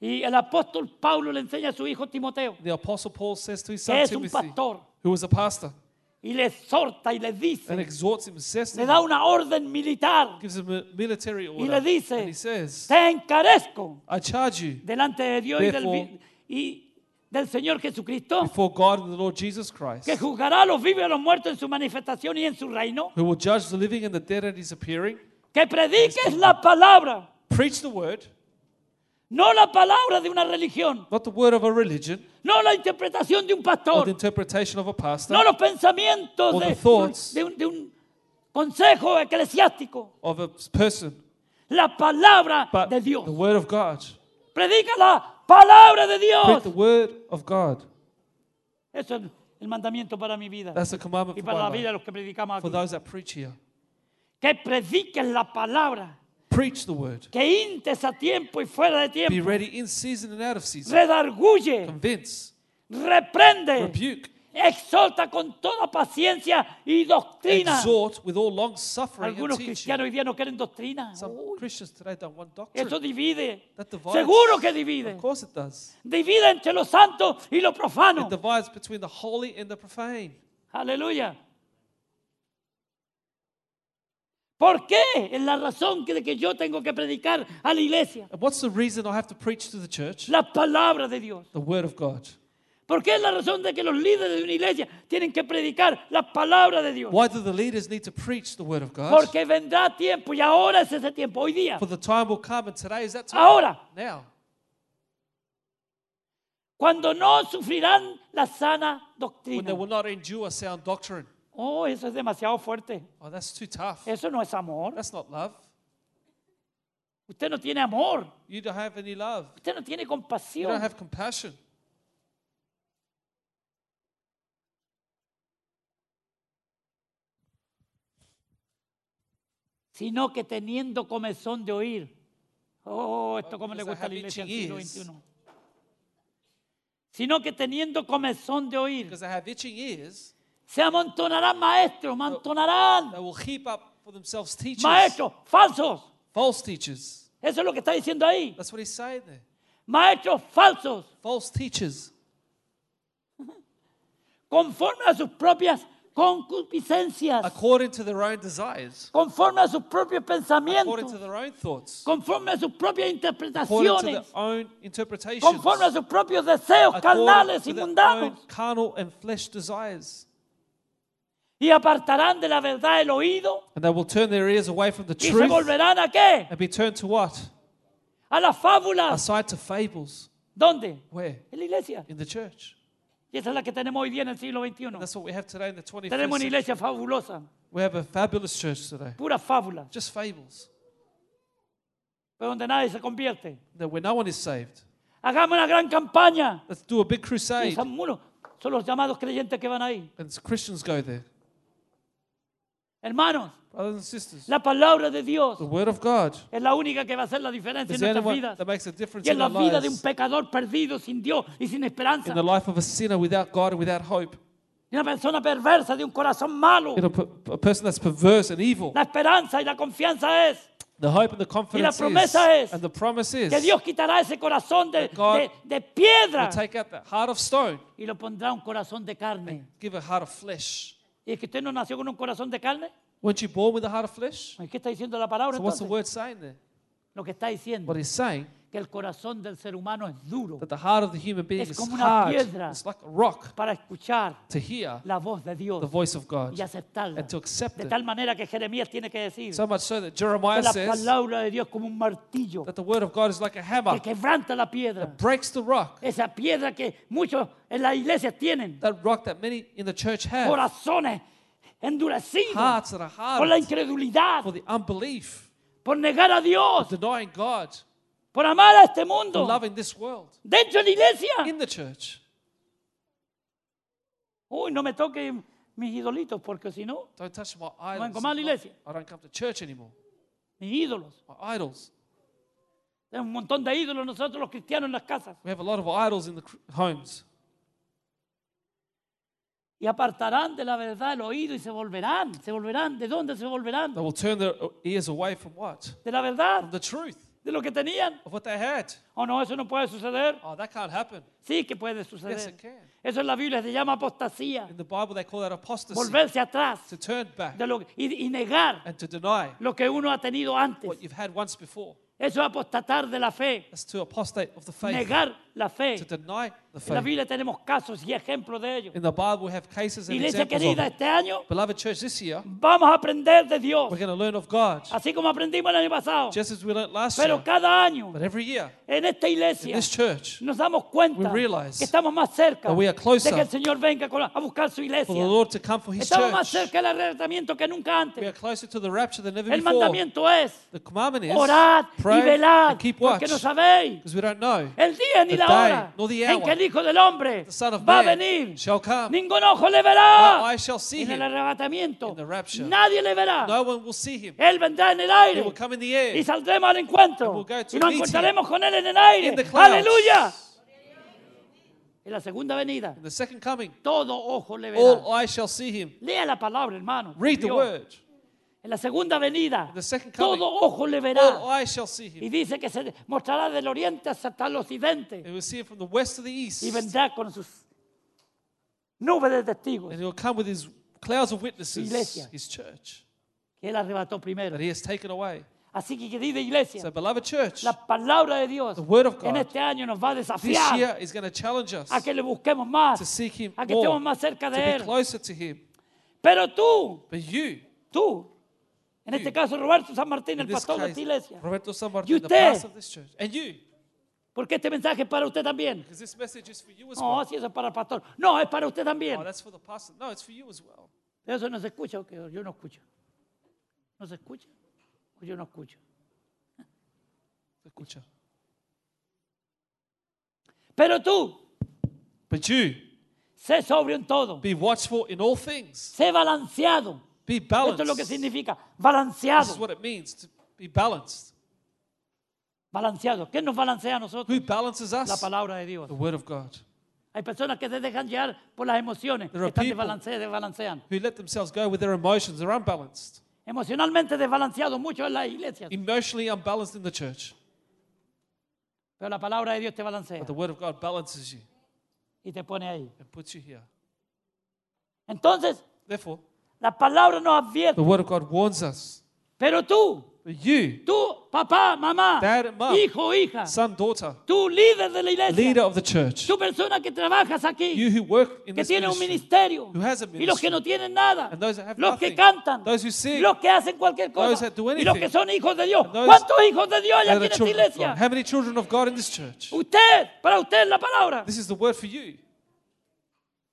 S3: Y el apóstol Pablo le enseña a su hijo Timoteo,
S2: The Apostle Paul says to his
S3: que
S2: son
S3: es un
S2: Timothy,
S3: pastor,
S2: who was a pastor,
S3: y le exhorta y le
S2: and
S3: dice,
S2: exhorts him, says to
S3: le
S2: him,
S3: da una orden militar,
S2: gives him a military order.
S3: le dice,
S2: and he says,
S3: te encarezco
S2: I charge you
S3: delante de Dios y del, vi-
S2: Therefore-
S3: y del Señor Jesucristo,
S2: before God and the Lord Jesus Christ,
S3: que juzgará a los vivos y a los muertos en su manifestación y en su reino,
S2: who will judge the living and the dead at his appearing.
S3: que prediques la palabra,
S2: Preach the word,
S3: no la palabra de una religión,
S2: not the word of a religion
S3: no la interpretación de un
S2: or the
S3: pastor,
S2: interpretation of a pastor,
S3: no los pensamientos
S2: Or
S3: de,
S2: the thoughts.
S3: de un, de un consejo eclesiástico,
S2: of a person,
S3: la palabra
S2: but
S3: de Dios.
S2: the word of God.
S3: Predica la palabra de
S2: Preach the
S3: Dios.
S2: word of God.
S3: Eso es el mandamiento para mi vida
S2: That's the commandment
S3: y
S2: for, my
S3: para la
S2: life,
S3: vida de los que predicamos
S2: for
S3: aquí.
S2: those that preach here.
S3: Que prediques la palabra,
S2: Preach the word.
S3: que intes a tiempo y fuera de
S2: Be
S3: tiempo,
S2: ready in season and out of season.
S3: redarguye,
S2: Convince,
S3: reprende,
S2: rebuke,
S3: exhorta con toda paciencia y doctrina.
S2: exhort with all long suffering and
S3: Algunos
S2: teaching.
S3: cristianos hoy día no quieren doctrina.
S2: Some Christians today don't want doctrine.
S3: Eso divide.
S2: That divides.
S3: Seguro que divide.
S2: Of course it does.
S3: Divide entre lo santo y lo profano.
S2: It divides between the holy and the profane.
S3: Aleluya. ¿Por qué? Es la razón que, de que yo tengo que predicar a la iglesia
S2: And what's the reason I have to preach to the church?
S3: las palabras de Dios.
S2: The word of God.
S3: ¿Por qué es la razón de que los líderes de una iglesia tienen que predicar las palabras de Dios?
S2: Why do the leaders need to preach the word of God?
S3: Porque vendrá tiempo y ahora es ese tiempo, hoy día.
S2: For the time will come, and today is that time.
S3: Ahora,
S2: Now,
S3: cuando no sufrirán la sana
S2: when
S3: doctrina.
S2: they will not endure sound doctrine.
S3: Oh, eso es demasiado fuerte.
S2: Oh, that's too tough.
S3: Eso no es amor.
S2: That's not love.
S3: Usted no tiene amor.
S2: You don't have any love.
S3: Usted no tiene
S2: You
S3: compasión.
S2: don't have compassion.
S3: Sino que teniendo comezón de oír. Oh, esto como le
S2: because I
S3: gusta a la
S2: have
S3: iglesia del
S2: itching
S3: siglo
S2: ears.
S3: XXI. Sino que teniendo comezón de oír.
S2: Because they have itching ears,
S3: Se amontonarán maestros, amontonarán
S2: they will heap up for themselves teachers.
S3: maestros falsos.
S2: False teachers.
S3: Eso es lo que está diciendo ahí.
S2: That's what he's saying there.
S3: Maestros falsos,
S2: False teachers.
S3: conforme a sus propias concupiscencias,
S2: According to their own desires.
S3: conforme a sus propios
S2: According to
S3: pensamientos,
S2: their own thoughts.
S3: conforme a sus propias
S2: According to their
S3: interpretaciones,
S2: own interpretations.
S3: conforme a sus propios deseos
S2: According
S3: carnales
S2: to
S3: y
S2: their
S3: mundanos,
S2: own carnal and flesh desires.
S3: y apartarán de la verdad el oído
S2: And they will turn their ears away from the
S3: y se
S2: truth
S3: volverán a qué?
S2: and be turned to what?
S3: A las fábulas.
S2: Aside to fables.
S3: ¿Dónde?
S2: Where?
S3: En la iglesia.
S2: In the church.
S3: Y esa es la que tenemos hoy día en el siglo XXI.
S2: That's what we have today in the 21st
S3: Tenemos una
S2: century.
S3: iglesia fabulosa,
S2: We have a fabulous church today.
S3: puras fábulas,
S2: Just fables.
S3: pero donde nadie se convierte.
S2: That where no one is saved.
S3: Hagamos una gran campaña.
S2: Let's do a big
S3: Y
S2: crusade.
S3: son muros, son los llamados creyentes que van ahí.
S2: And Christians go there.
S3: Hermanos,
S2: Brothers and sisters.
S3: la palabra de Dios
S2: The word of God
S3: es la única que va a hacer la diferencia
S2: is
S3: en
S2: the only
S3: nuestras
S2: one
S3: vidas.
S2: that makes a difference
S3: Y en
S2: in
S3: la
S2: our
S3: vida de un
S2: lives.
S3: pecador perdido, sin Dios y sin
S2: In
S3: esperanza.
S2: the life of a sinner without God and without hope.
S3: De una persona perversa, de un corazón malo.
S2: In a, per- a person that's perverse and evil.
S3: La esperanza y la confianza es
S2: The hope and the confidence is.
S3: promesa es
S2: And the promise is.
S3: que Dios quitará ese corazón de,
S2: God
S3: de- de piedra
S2: Take out that heart of stone.
S3: y lo pondrá un corazón de carne.
S2: Give a heart of flesh.
S3: ¿Y es que usted no nació con un corazón de carne?
S2: Weren't you born with a heart of flesh?
S3: ¿Y ¿Qué está diciendo la palabra
S2: So what's the
S3: entonces?
S2: word saying there?
S3: Lo que está diciendo
S2: What he's saying
S3: que el corazón del ser humano es duro
S2: that the heart of the human being
S3: Es
S2: is
S3: como una
S2: hard.
S3: piedra.
S2: It's like a rock
S3: para escuchar
S2: to hear
S3: la voz de Dios
S2: the voice of God.
S3: y aceptarla.
S2: and to accept
S3: De
S2: it.
S3: tal manera que Jeremías tiene que decir
S2: So much so that
S3: que
S2: Jeremiah
S3: la
S2: says
S3: palabra de Dios como un martillo
S2: that the word of God is like a hammer
S3: que quebranta la piedra.
S2: that breaks the rock.
S3: Esa piedra que muchos en las iglesias tienen.
S2: That rock that many in the church have.
S3: Corazones endurecidos
S2: Hearts that are
S3: por la
S2: hard
S3: incredulidad,
S2: for the unbelief,
S3: por negar a Dios,
S2: denying God,
S3: por amar a este mundo.
S2: loving this world
S3: Dentro de la iglesia.
S2: in the church.
S3: Uy, no me toquen mis idolitos porque si no,
S2: Don't touch my idols.
S3: vengo más a la iglesia.
S2: I don't come to church anymore.
S3: mis ídolos.
S2: My idols.
S3: Tenemos un montón de ídolos nosotros los cristianos en las casas.
S2: We have a lot of idols in the cr- homes.
S3: y apartarán de la verdad el oído y se volverán, se volverán, ¿de dónde se volverán?
S2: They will turn their ears away from what?
S3: De la verdad,
S2: The truth
S3: de lo que tenían.
S2: of what they had.
S3: Oh no, eso no puede suceder.
S2: Oh, that can't happen.
S3: Sí que puede
S2: Yes,
S3: suceder.
S2: it can.
S3: Eso en la Biblia se llama apostasía,
S2: In the Bible, they call that apostasy.
S3: volverse atrás
S2: To turn back
S3: de lo, y, y negar
S2: and to deny
S3: lo que uno ha tenido antes.
S2: what you've had once before.
S3: Eso es apostatar de la fe,
S2: That's to apostate of the faith.
S3: negar la fe.
S2: To deny the
S3: En la
S2: faith.
S3: Biblia tenemos casos y ejemplos de ello.
S2: In the Bible, we have cases and
S3: Iglesia
S2: examples of
S3: querida,
S2: it.
S3: este año
S2: Beloved church, this year,
S3: vamos a aprender de Dios,
S2: we're going to learn of God.
S3: así como aprendimos el año pasado.
S2: Just as we learnt last
S3: Pero
S2: year.
S3: cada año
S2: But every year,
S3: en esta
S2: in
S3: iglesia
S2: this church,
S3: nos damos cuenta
S2: We realize
S3: que estamos más cerca
S2: that we are closer
S3: de que el Señor venga con- a buscar su iglesia.
S2: for the Lord to come for His
S3: Estamos más
S2: church,
S3: cerca del arrebatamiento que nunca
S2: we are
S3: antes.
S2: closer to the rapture than ever
S3: El
S2: before.
S3: mandamiento es
S2: The commandment is
S3: orad y
S2: pray
S3: velad
S2: and keep watch
S3: porque no sabéis
S2: because we don't know.
S3: el día ni
S2: The
S3: la
S2: day
S3: hora
S2: nor the
S3: en
S2: hour
S3: que el Hijo del Hombre
S2: The Son of
S3: va a
S2: Man
S3: venir.
S2: shall come.
S3: Ningún ojo le
S2: No
S3: verá
S2: eye shall see
S3: en el
S2: him.
S3: arrebatamiento.
S2: in the rapture.
S3: Nadie le verá.
S2: No one will see him.
S3: Él vendrá en el
S2: He
S3: aire
S2: will come in the air,
S3: y saldremos al encuentro
S2: we'll go to
S3: y nos
S2: meet him
S3: encontraremos con Él en el
S2: in the
S3: aire.
S2: clouds.
S3: Aleluya. En la segunda venida.
S2: In the second coming,
S3: todo ojo le verá.
S2: all eyes shall see him.
S3: Lea la palabra, hermano. por
S2: Read the
S3: Dios.
S2: word.
S3: En la segunda venida,
S2: the second coming,
S3: todo ojo le
S2: All
S3: verá.
S2: eyes shall see
S3: Y
S2: him.
S3: dice que se mostrará del oriente hasta el occidente.
S2: And we'll see him from the west to the east.
S3: Y
S2: And
S3: vendrá con sus nubes de testigos
S2: he'll come with his clouds of witnesses,
S3: Iglesia.
S2: his church,
S3: que Él arrebató primero.
S2: that he has taken away.
S3: Así que, querida
S2: So,
S3: iglesia,
S2: beloved church,
S3: la palabra de Dios
S2: The word of God.
S3: en este año nos va a
S2: this
S3: desafiar
S2: year is going to challenge us
S3: a que
S2: to
S3: le busquemos más,
S2: seek him
S3: a que
S2: more,
S3: estemos más cerca de
S2: to be
S3: Él.
S2: closer to him.
S3: Pero tú,
S2: But you,
S3: tú, en este caso Roberto San Martín,
S2: in
S3: el
S2: this
S3: pastor de
S2: case,
S3: esta iglesia,
S2: Roberto San
S3: Y
S2: Martin, the
S3: usted.
S2: pastor of this church, and you,
S3: porque este mensaje es para usted también.
S2: because this message is for you as
S3: No,
S2: well.
S3: si eso es para el pastor. No, es para usted
S2: Oh,
S3: también.
S2: that's for the pastor. No, it's for you as well.
S3: Pero eso no se escucha, ¿o qué? yo no escucho. ¿No se escucha? ¿O yo no escucho?
S2: Se escucha.
S3: Pero tú,
S2: But you,
S3: sé sobrio en todo,
S2: be watchful in all things.
S3: sé balanceado.
S2: Be
S3: Esto
S2: balanced.
S3: es lo que significa,
S2: This is
S3: balanceado.
S2: what it means to be balanced.
S3: Balanceado. ¿Quién nos balancea a nosotros?
S2: Who balances
S3: La
S2: us?
S3: palabra de Dios.
S2: The Word of God.
S3: Hay personas que se dejan llevar por las emociones,
S2: There are
S3: están
S2: people-
S3: desbalanceadas, desbalancean.
S2: Who let themselves go with their emotions. They're unbalanced.
S3: Emocionalmente desbalanceados mucho en las iglesias,
S2: Emotionally unbalanced in the church.
S3: pero la palabra de Dios te balancea
S2: But the Word of God balances you
S3: y te pone ahí.
S2: and puts you here.
S3: Entonces,
S2: Therefore,
S3: la palabra nos
S2: the
S3: advierte,
S2: Word of God warns us.
S3: pero tú,
S2: But you,
S3: tú, papá, mamá,
S2: Dad and mom.
S3: hijo, hija,
S2: son, daughter,
S3: tú líder de la iglesia,
S2: leader of the church,
S3: tú persona que trabajas aquí,
S2: you who work in
S3: que
S2: this
S3: tiene un
S2: ministry,
S3: ministerio,
S2: who has a
S3: y los que
S2: ministry,
S3: no tienen nada,
S2: and those that have
S3: los que
S2: nothing,
S3: cantan,
S2: those who sing,
S3: los que hacen cualquier
S2: those
S3: cosa,
S2: that do
S3: y los que
S2: anything,
S3: son hijos de Dios.
S2: and those
S3: ¿Cuántos hijos de Dios hay
S2: are the
S3: aquí en esta
S2: children of God.
S3: iglesia?
S2: How many children of God in this church?
S3: Usted, para usted es la palabra.
S2: This is the word for you.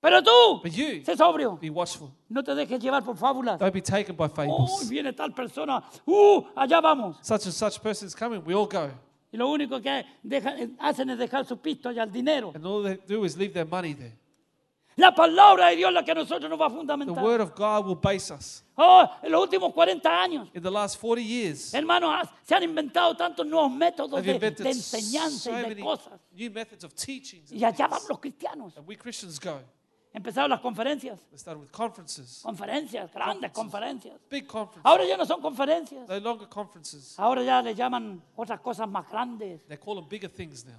S3: Pero tú,
S2: But you,
S3: sé sobrio.
S2: be watchful.
S3: No te dejes llevar por fábulas.
S2: Don't be taken by
S3: Oh,
S2: fables.
S3: viene tal persona. Uh, allá vamos.
S2: Such and such person is coming. We all go.
S3: Y lo único que deja- hacen es dejar sus pistos y al dinero.
S2: And all they do is leave their money there.
S3: La palabra de Dios es la que a nosotros nos va a
S2: The
S3: fundamentar.
S2: word of God will base us.
S3: Oh, en los últimos 40 años,
S2: In the last 40 years,
S3: hermanos, has- se han inventado tantos nuevos métodos
S2: I've
S3: de,
S2: invented
S3: de
S2: so
S3: enseñanza y de
S2: many
S3: cosas.
S2: new methods of teachings.
S3: Y allá vamos los cristianos.
S2: And we Christians go.
S3: Empezaron las conferencias.
S2: They started with conferences,
S3: Conferencias, grandes conferencias.
S2: big conferences,
S3: Ahora ya no son conferencias.
S2: no longer conferences.
S3: Ahora ya le llaman otras cosas más grandes,
S2: They call them bigger things now.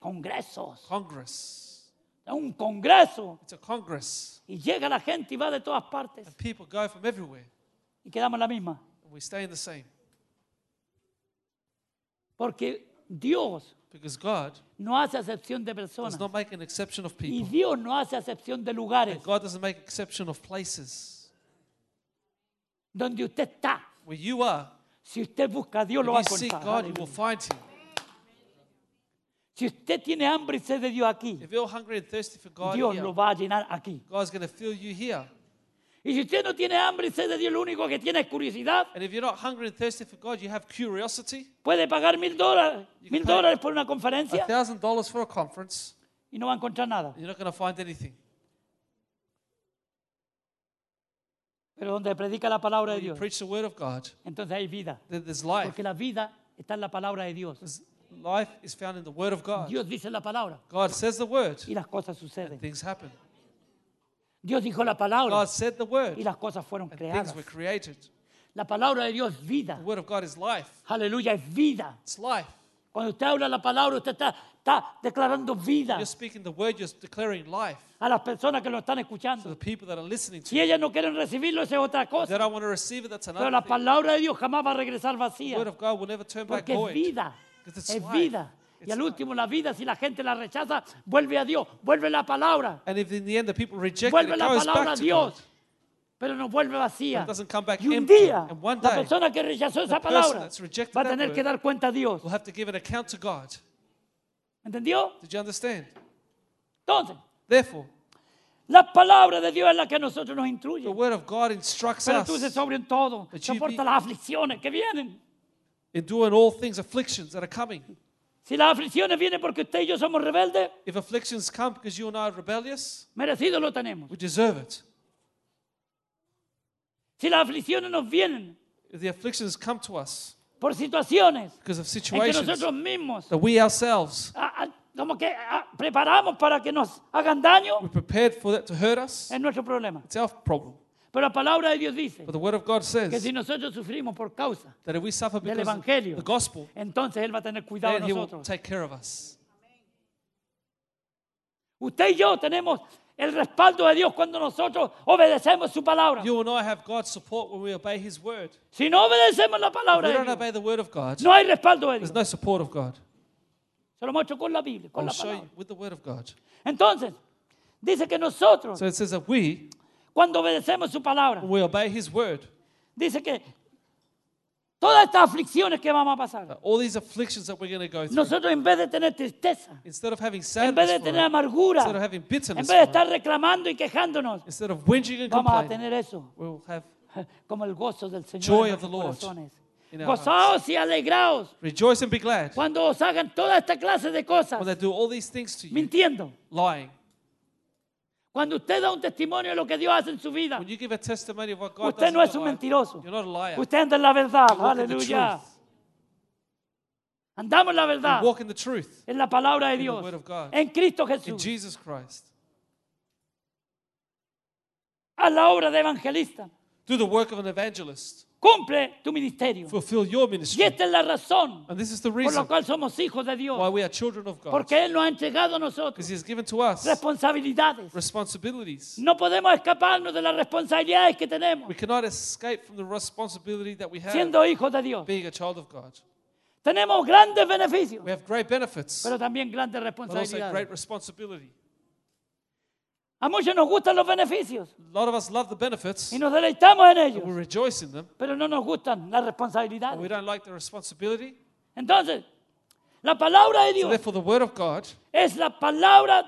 S3: congresos,
S2: Congress.
S3: un congreso.
S2: It's a congress.
S3: Y llega la gente y va de todas partes
S2: And people go from everywhere.
S3: y quedamos en la misma.
S2: And we stay in the same.
S3: Porque Dios
S2: Because God
S3: no hace acepción de
S2: does
S3: personas
S2: not make an exception of
S3: y
S2: people.
S3: Dios no hace acepción de lugares
S2: And God doesn't make exception of places.
S3: donde usted está.
S2: Where you are,
S3: Si usted busca a Dios, lo va a
S2: if you seek
S3: encontrar.
S2: God, you
S3: Aleluya.
S2: will find Him.
S3: Si usted tiene hambre y sed de Dios aquí,
S2: If you're hungry and thirsty for God,
S3: Dios
S2: here,
S3: lo va a llenar aquí.
S2: God's going to fill you here.
S3: Y si usted no tiene hambre y sed de Dios, lo único que tiene es curiosidad,
S2: And if you're not hungry and thirsty for God, you have curiosity,
S3: puede pagar mil dólares,
S2: You
S3: mil
S2: can pay-
S3: dólares por una
S2: a
S3: conferencia
S2: thousand dollars for a conference,
S3: y no va a encontrar nada.
S2: and you're not going to find anything.
S3: Pero donde predica la palabra de
S2: You
S3: Dios,
S2: preach the word of God,
S3: entonces hay vida.
S2: then there's life.
S3: Porque la vida está en la palabra de Dios.
S2: Because life is found in the word of God.
S3: Dios dice la palabra
S2: God says the word,
S3: y las cosas suceden.
S2: things happen.
S3: Dios dijo la palabra
S2: God said the word,
S3: y las cosas fueron
S2: and things
S3: creadas.
S2: were created.
S3: La palabra de Dios es vida.
S2: The word of God is life.
S3: Aleluya, es vida.
S2: It's life.
S3: Cuando usted habla la palabra, usted está, está declarando vida
S2: You're speaking the word, you're declaring life
S3: a las personas que lo están
S2: to the
S3: escuchando.
S2: people that are listening to
S3: Si
S2: you.
S3: ellas no quieren recibirlo, esa es otra
S2: They
S3: cosa.
S2: don't want to receive it, that's
S3: Pero
S2: another
S3: la
S2: thing.
S3: palabra de Dios jamás va a regresar
S2: The word
S3: vacía.
S2: of God will never turn back
S3: Porque es
S2: void.
S3: vida.
S2: Because it's
S3: Es
S2: life.
S3: vida. Y
S2: It's
S3: al
S2: life.
S3: último, la vida, si la gente la rechaza, vuelve a Dios, vuelve la palabra,
S2: And if in the end the people reject it,
S3: vuelve
S2: it
S3: la
S2: goes
S3: palabra a
S2: back to God.
S3: Dios. Pero no vuelve vacía.
S2: It doesn't come back
S3: Y un
S2: empty.
S3: día,
S2: And one
S3: la
S2: day,
S3: persona que rechazó esa
S2: person
S3: palabra
S2: that's rejected
S3: va a
S2: that
S3: tener que
S2: word
S3: dar cuenta a Dios.
S2: We'll have to give an account to God.
S3: ¿Entendió?
S2: Did you understand?
S3: Entonces,
S2: Therefore,
S3: la palabra de Dios es la que a nosotros nos
S2: the
S3: instruye.
S2: word of God instructs
S3: Pero tú "Oh, se
S2: us
S3: sobre en todo.
S2: But you
S3: Soporta
S2: be-
S3: las aflicciones que vienen.
S2: in doing all things afflictions that are coming.
S3: Si las aflicciones vienen porque usted y yo somos rebeldes,
S2: If afflictions come because you and I are rebellious,
S3: merecido lo tenemos.
S2: we deserve it.
S3: Si las aflicciones nos vienen
S2: If the afflictions come to us
S3: por situaciones
S2: because of
S3: en que
S2: situations
S3: nosotros mismos
S2: that we ourselves
S3: ah, ah, como que ah, preparamos para que nos hagan daño,
S2: we prepared for that to hurt us,
S3: es nuestro problema.
S2: it's our problem.
S3: Pero la palabra de Dios dice
S2: But the word of God
S3: que
S2: says
S3: si nosotros sufrimos por causa
S2: that if we suffer
S3: del
S2: because of
S3: Evangelio,
S2: the gospel,
S3: entonces Él va a tener cuidado de
S2: then He will
S3: nosotros.
S2: take care of us.
S3: Usted y yo tenemos el respaldo de Dios cuando nosotros obedecemos su palabra.
S2: You and I have God's support when we obey His word.
S3: Si no obedecemos la
S2: If we
S3: palabra de
S2: don't
S3: Dios,
S2: obey the word of God,
S3: no hay respaldo de
S2: there's
S3: Dios.
S2: Pues no support of God.
S3: Se lo muestro con la Biblia, con
S2: I'll
S3: la
S2: show you
S3: palabra.
S2: with the word of God.
S3: Entonces, dice que nosotros,
S2: So it says that we,
S3: cuando obedecemos su palabra,
S2: when we obey His word,
S3: dice que Todas estas aflicciones que vamos a pasar.
S2: that uh, all these afflictions that we're going to go through,
S3: Nosotros en vez de tener tristeza,
S2: instead of having
S3: en
S2: sadness,
S3: vez de
S2: for
S3: tener
S2: it,
S3: amargura,
S2: instead of having
S3: en
S2: bitterness,
S3: vez de
S2: for it,
S3: estar reclamando y quejándonos,
S2: instead of whinging and
S3: vamos a
S2: complaining,
S3: tener eso
S2: we'll have
S3: como el gozo del Señor
S2: Joy
S3: en
S2: of the
S3: nuestros
S2: Lord
S3: corazones.
S2: in our
S3: Gozaos y alegraos
S2: rejoice and be glad
S3: cuando os hagan toda esta clase de
S2: when
S3: cosas,
S2: they do all these things to you,
S3: mintiendo.
S2: lying.
S3: Cuando usted da un testimonio de lo que Dios hace en su vida,
S2: When you give a testimony of what God
S3: usted
S2: does
S3: no
S2: in
S3: es
S2: your
S3: un
S2: life,
S3: mentiroso.
S2: You're not a liar.
S3: Usted anda en la verdad,
S2: You walk in the
S3: aleluya.
S2: truth.
S3: Andamos en la verdad,
S2: You walk in the truth
S3: en la palabra de
S2: the
S3: Dios,
S2: word of God.
S3: en Cristo
S2: in
S3: Jesús,
S2: Jesus Christ.
S3: a la obra de evangelista.
S2: Do the work of an evangelist.
S3: Cumple tu ministerio.
S2: Fulfill your
S3: Y
S2: ministry.
S3: esta es la razón
S2: And this is the
S3: por
S2: reason
S3: la cual somos hijos de Dios.
S2: why we are children of God.
S3: Porque Él nos ha entregado a nosotros
S2: Because He has given to us
S3: responsabilidades.
S2: responsibilities.
S3: No podemos escaparnos de las responsabilidades que tenemos
S2: We cannot escape from the responsibility that we have
S3: siendo hijos de Dios.
S2: being a child of God.
S3: Tenemos grandes beneficios,
S2: We have great benefits,
S3: pero también grandes
S2: but also great
S3: responsabilidades.
S2: responsibility.
S3: A muchos nos gustan los beneficios
S2: A lot of us love the benefits
S3: y nos deleitamos en ellos,
S2: and we rejoice in them,
S3: pero no nos gustan las
S2: but we
S3: responsabilidades.
S2: don't like the responsibility.
S3: Entonces, la palabra de
S2: So
S3: Dios
S2: therefore, the Word of God
S3: es la palabra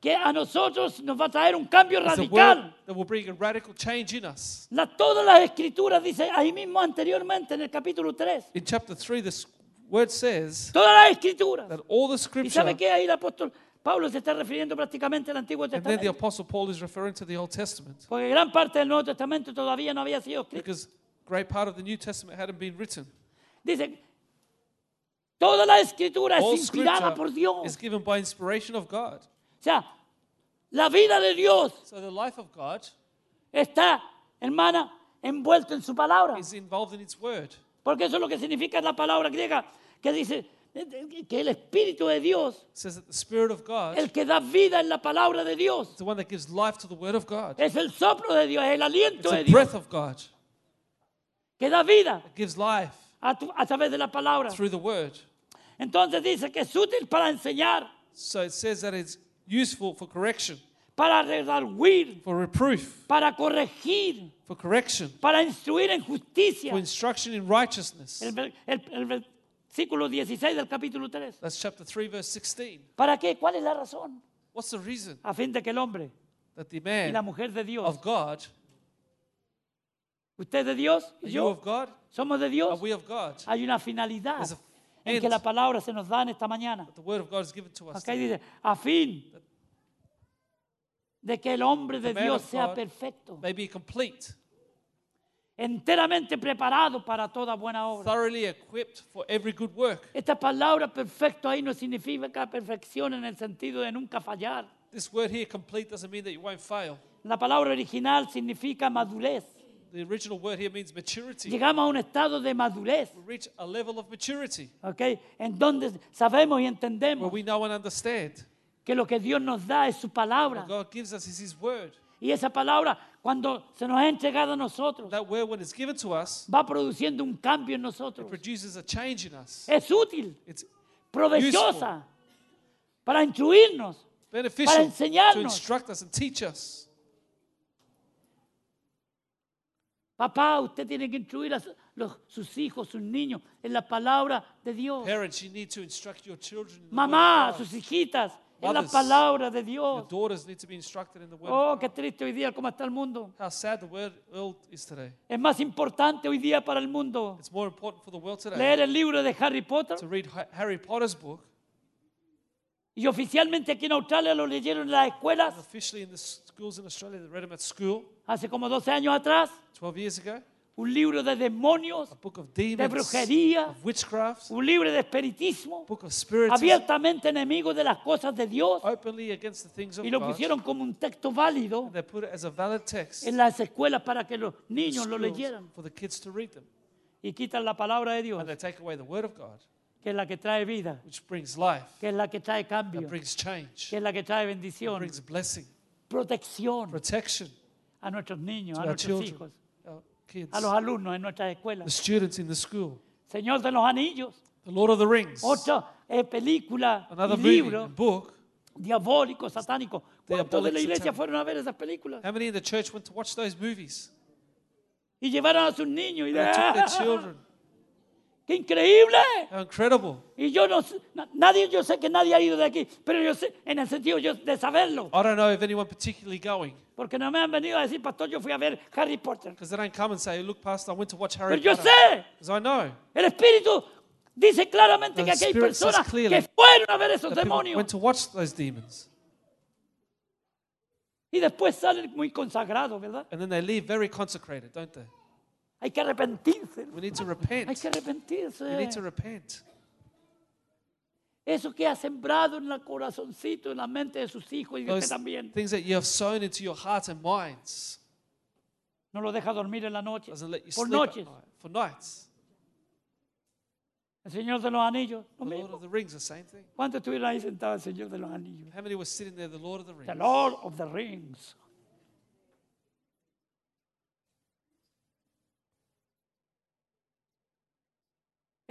S3: que a nosotros nos va a traer un cambio
S2: is the Word
S3: radical.
S2: that will bring a radical change in us.
S3: La- todas las escrituras, dice ahí mismo anteriormente en el capítulo 3,
S2: In chapter 3, this word says
S3: todas las escrituras.
S2: that all the
S3: ¿Y
S2: scripture
S3: sabe qué? Ahí el apóstol Pablo se está refiriendo prácticamente al Antiguo
S2: And then the
S3: Testamento.
S2: Apostle Paul is referring to the Old Testament
S3: Porque gran parte del Nuevo Testamento todavía no había sido escrito.
S2: because great part of the New Testament hadn't been written.
S3: Dice, toda la escritura
S2: All
S3: es inspirada
S2: scripture
S3: por
S2: is
S3: Dios.
S2: given by inspiration of God.
S3: O sea, la vida de Dios
S2: So the life of God
S3: está, hermana, envuelta en su palabra.
S2: is involved in its word.
S3: Porque eso es lo que significa la palabra griega que dice eh, que el Espíritu de Dios,
S2: It says that the Spirit of God is
S3: el que da vida en la palabra de Dios,
S2: the one that gives life to the Word of God.
S3: es el soplo de Dios, es el aliento
S2: It's
S3: de
S2: the
S3: Dios
S2: breath of God
S3: que da vida
S2: that gives life
S3: a, tu- a través de la palabra.
S2: through the Word.
S3: Entonces dice que es útil para enseñar,
S2: So it says that it's useful for correction,
S3: para redarguir,
S2: for reproof,
S3: para corregir,
S2: for correction,
S3: para instruir en justicia.
S2: for instruction in righteousness.
S3: El, ver- el- el versículo 16 del capítulo 3.
S2: That's chapter 3, verse 16.
S3: ¿Para qué? ¿Cuál es la razón?
S2: What's the reason
S3: A fin de que el hombre
S2: that the
S3: y la
S2: man
S3: mujer de Dios,
S2: of God,
S3: usted de Dios,
S2: are
S3: y
S2: you
S3: yo
S2: of God?
S3: somos de
S2: Are
S3: Dios,
S2: we of God?
S3: hay una finalidad
S2: There's a
S3: en
S2: end.
S3: que la palabra se nos da en esta mañana.
S2: The word of God is given to us.
S3: Acá dice, a fin de que el hombre de
S2: The man
S3: Dios
S2: of
S3: sea
S2: God
S3: perfecto,
S2: May be complete,
S3: enteramente preparado para toda buena obra.
S2: thoroughly equipped for every good work.
S3: Esta palabra perfecto ahí no significa perfección en el sentido de nunca fallar.
S2: This word here, complete, doesn't mean that you won't fail.
S3: La palabra original significa madurez.
S2: The original word here means maturity.
S3: Llegamos a un estado de madurez,
S2: We reach a level of maturity
S3: ¿ok? En donde sabemos y
S2: where
S3: entendemos
S2: we know and understand.
S3: que lo que Dios nos da es su palabra.
S2: What God gives us is His word.
S3: Y esa palabra, cuando se nos ha entregado a nosotros,
S2: That word, when it's given to us,
S3: va produciendo un cambio en nosotros.
S2: produces a change in us.
S3: Es útil,
S2: It's
S3: provechosa, para instruirnos.
S2: beneficial
S3: enseñarnos.
S2: to instruct us and teach us.
S3: Papá, usted tiene que instruir a su- los- sus hijos, sus niños, en la palabra de Dios.
S2: Parents, you need to instruct your children. In the word
S3: Mamá,
S2: of God.
S3: sus hijitas, en la
S2: Mothers.
S3: palabra de
S2: Your
S3: Dios.
S2: daughters need to be instructed in the word. of
S3: Oh,
S2: God.
S3: qué triste hoy día, cómo está el mundo.
S2: How sad the word world is today.
S3: Es más importante hoy día para el mundo
S2: It's more important for the world today
S3: leer el libro de Harry Potter.
S2: to read Ha- Harry Potter's book
S3: Y oficialmente aquí en Australia lo leyeron en las
S2: than
S3: escuelas
S2: officially in the s- schools in Australia that read them at school
S3: hace como 12 años atrás.
S2: 12 years ago.
S3: Un libro de demonios,
S2: A book of demons,
S3: brujería.
S2: of witchcraft,
S3: un libro de espiritismo,
S2: a book of spirits,
S3: abiertamente enemigo de las cosas de Dios.
S2: openly against the things of
S3: Y lo
S2: God.
S3: pusieron como un texto válido
S2: And they put it as a valid text
S3: en
S2: in
S3: las escuelas para que los niños lo
S2: schools
S3: leyeran.
S2: for the kids to read them.
S3: Y quitan la palabra de Dios,
S2: And they take away the word of God,
S3: que es la que trae vida,
S2: which brings life,
S3: que es la que trae
S2: that
S3: cambio,
S2: brings change,
S3: que es la que trae
S2: that
S3: bendición,
S2: brings blessing,
S3: protección.
S2: protection
S3: a nuestros niños,
S2: to
S3: a
S2: our
S3: nuestros
S2: children,
S3: hijos,
S2: our kids,
S3: a los alumnos en nuestras
S2: the
S3: escuelas.
S2: students in the school.
S3: Señor de los Anillos,
S2: The Lord of the Rings,
S3: otra eh, película
S2: another
S3: y
S2: movie
S3: libro
S2: and book.
S3: diabólico, satánico. ¿Cuántos de
S2: Diabolic
S3: la iglesia
S2: Satan.
S3: fueron a ver esas películas?
S2: How many in the church went to watch those movies?
S3: Y llevaron a sus niños y
S2: They took their children.
S3: ¡Qué increíble!
S2: How incredible.
S3: Y yo no sé- na- nadie, yo sé que nadie ha ido de aquí, pero yo sé, en el sentido yo de saberlo,
S2: I don't know if anyone particularly going
S3: porque no me han venido a decir, pastor, yo fui a ver Harry Potter.
S2: because they don't come and say, look, Pastor, I went to watch Harry
S3: Pero yo
S2: Potter.
S3: sé,
S2: Because I know.
S3: el Espíritu dice claramente
S2: The
S3: que aquí hay
S2: Spirit says
S3: personas que
S2: clearly
S3: fueron a ver esos
S2: that people
S3: demonios
S2: went to watch those demons.
S3: y después salen muy consagrados, ¿verdad?
S2: And then they leave very consecrated, don't they?
S3: Hay que arrepentirse.
S2: We need to
S3: Hay
S2: repent.
S3: que arrepentirse.
S2: We need to repent.
S3: Eso que ha sembrado en el corazoncito, en la mente de sus hijos y de usted
S2: Those
S3: también.
S2: things that you have sown into your hearts and minds
S3: No lo deja dormir en la noche.
S2: doesn't let you
S3: Por
S2: sleep at
S3: noches.
S2: night. For nights.
S3: El Señor de los Anillos. Lo
S2: The Lord
S3: mismo.
S2: of the Rings, the same thing.
S3: ¿Cuántos estuvieron ahí sentados el Señor de los Anillos?
S2: How many were sitting there, the Lord of the Rings?
S3: The Lord of the Rings.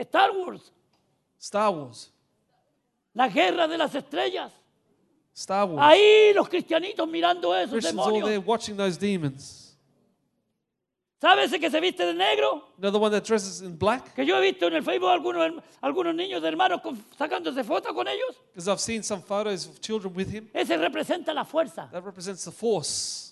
S3: Star Wars,
S2: Star Wars.
S3: la guerra de las estrellas.
S2: Star Wars.
S3: Ahí los cristianitos mirando esos
S2: Christians all there
S3: demonios.
S2: watching those demons.
S3: ¿Sabe ese que se viste de negro?
S2: You know the one that dresses in black?
S3: Que yo he visto en el Facebook algunos, herm- algunos niños de hermanos con- sacándose fotos con ellos.
S2: Because I've seen some photos of children with him.
S3: Ese representa la fuerza.
S2: That represents the force.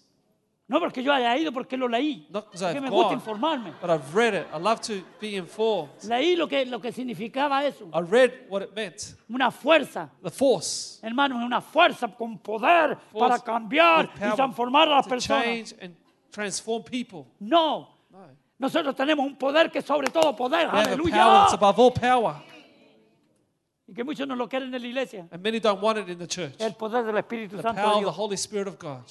S3: No porque yo haya ido, porque lo leí.
S2: Not because
S3: Porque
S2: I've
S3: me gusta
S2: gone,
S3: informarme.
S2: but I've read it. I love to be informed.
S3: Leí lo que, lo que significaba eso.
S2: I read what it meant.
S3: Una fuerza.
S2: The force.
S3: Hermano, es una fuerza con poder
S2: Force
S3: para cambiar
S2: with
S3: y
S2: power
S3: transformar a las
S2: to
S3: personas.
S2: change and transform people.
S3: No.
S2: No.
S3: Nosotros tenemos un poder que es sobre todo poder.
S2: We have a power that's
S3: Aleluya.
S2: above all power.
S3: Y que muchos no lo quieren en la iglesia.
S2: And many don't want it in the church.
S3: El poder del Espíritu
S2: The
S3: Santo de
S2: power of the
S3: Dios.
S2: Holy Spirit of God.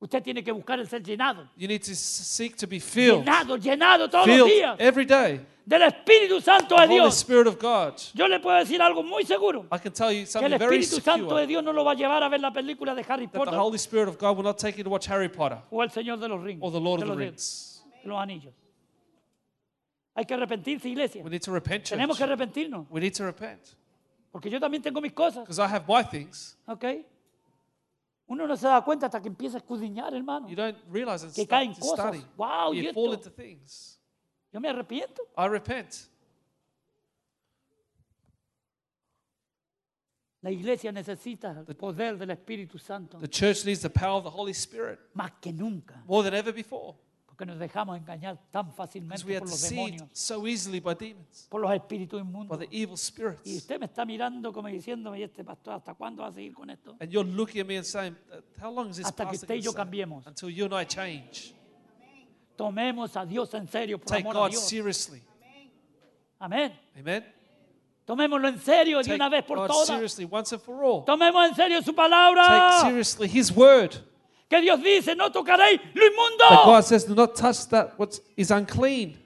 S3: Usted tiene que buscar el ser llenado.
S2: You need to s- seek to be filled.
S3: Llenado, llenado todos los
S2: Filled
S3: días.
S2: every day.
S3: del Espíritu Santo
S2: The
S3: de
S2: Holy
S3: Dios.
S2: Spirit of God.
S3: Yo le puedo decir algo muy seguro,
S2: I can tell you
S3: que el
S2: something very
S3: Espíritu Santo de
S2: secure.
S3: Dios no lo va a llevar a ver la película de Harry
S2: That the
S3: Potter
S2: Holy Spirit of God will not take you to watch Harry Potter
S3: o el Señor de los Rings,
S2: or the Lord
S3: de
S2: of the
S3: los, de-
S2: Rings.
S3: de los anillos. Hay que arrepentirse, iglesia.
S2: We need to repent, church.
S3: Tenemos que arrepentirnos,
S2: We need to repent.
S3: porque yo también tengo mis cosas,
S2: Because I have my things.
S3: ¿ok? Uno no se da cuenta hasta que empieza a escudriñar, hermano.
S2: You don't realize and
S3: Que
S2: start
S3: caen
S2: to
S3: cosas.
S2: study.
S3: Wow, ¿y
S2: you
S3: esto?
S2: fall into things.
S3: Yo me arrepiento.
S2: I repent.
S3: La iglesia necesita el poder del Espíritu Santo
S2: The church needs the power of the Holy Spirit
S3: más que nunca,
S2: more than ever before.
S3: porque nos dejamos engañar tan fácilmente
S2: Because we are
S3: por los
S2: deceived
S3: demonios,
S2: so easily by demons,
S3: por los espíritus
S2: by
S3: inmundos.
S2: the evil
S3: Y
S2: spirits.
S3: usted me está mirando como diciéndome, y este pastor, ¿hasta cuándo va a seguir con esto?
S2: And you're looking at me and saying, How long is this
S3: Hasta que
S2: pastor
S3: usted
S2: gonna
S3: y yo
S2: say?
S3: cambiemos.
S2: Until you and I change.
S3: Tomemos a Dios en serio, por
S2: Take
S3: amor a
S2: God
S3: Dios.
S2: seriously.
S3: Amén.
S2: Amen.
S3: Tomémoslo en serio de
S2: Take
S3: una vez por
S2: God
S3: todas.
S2: seriously once and for all.
S3: Tomemos en serio su
S2: Take
S3: palabra.
S2: seriously His word.
S3: Que Dios dice, no tocaréis
S2: But
S3: lo
S2: God
S3: inmundo.
S2: says, Do not touch that what is unclean.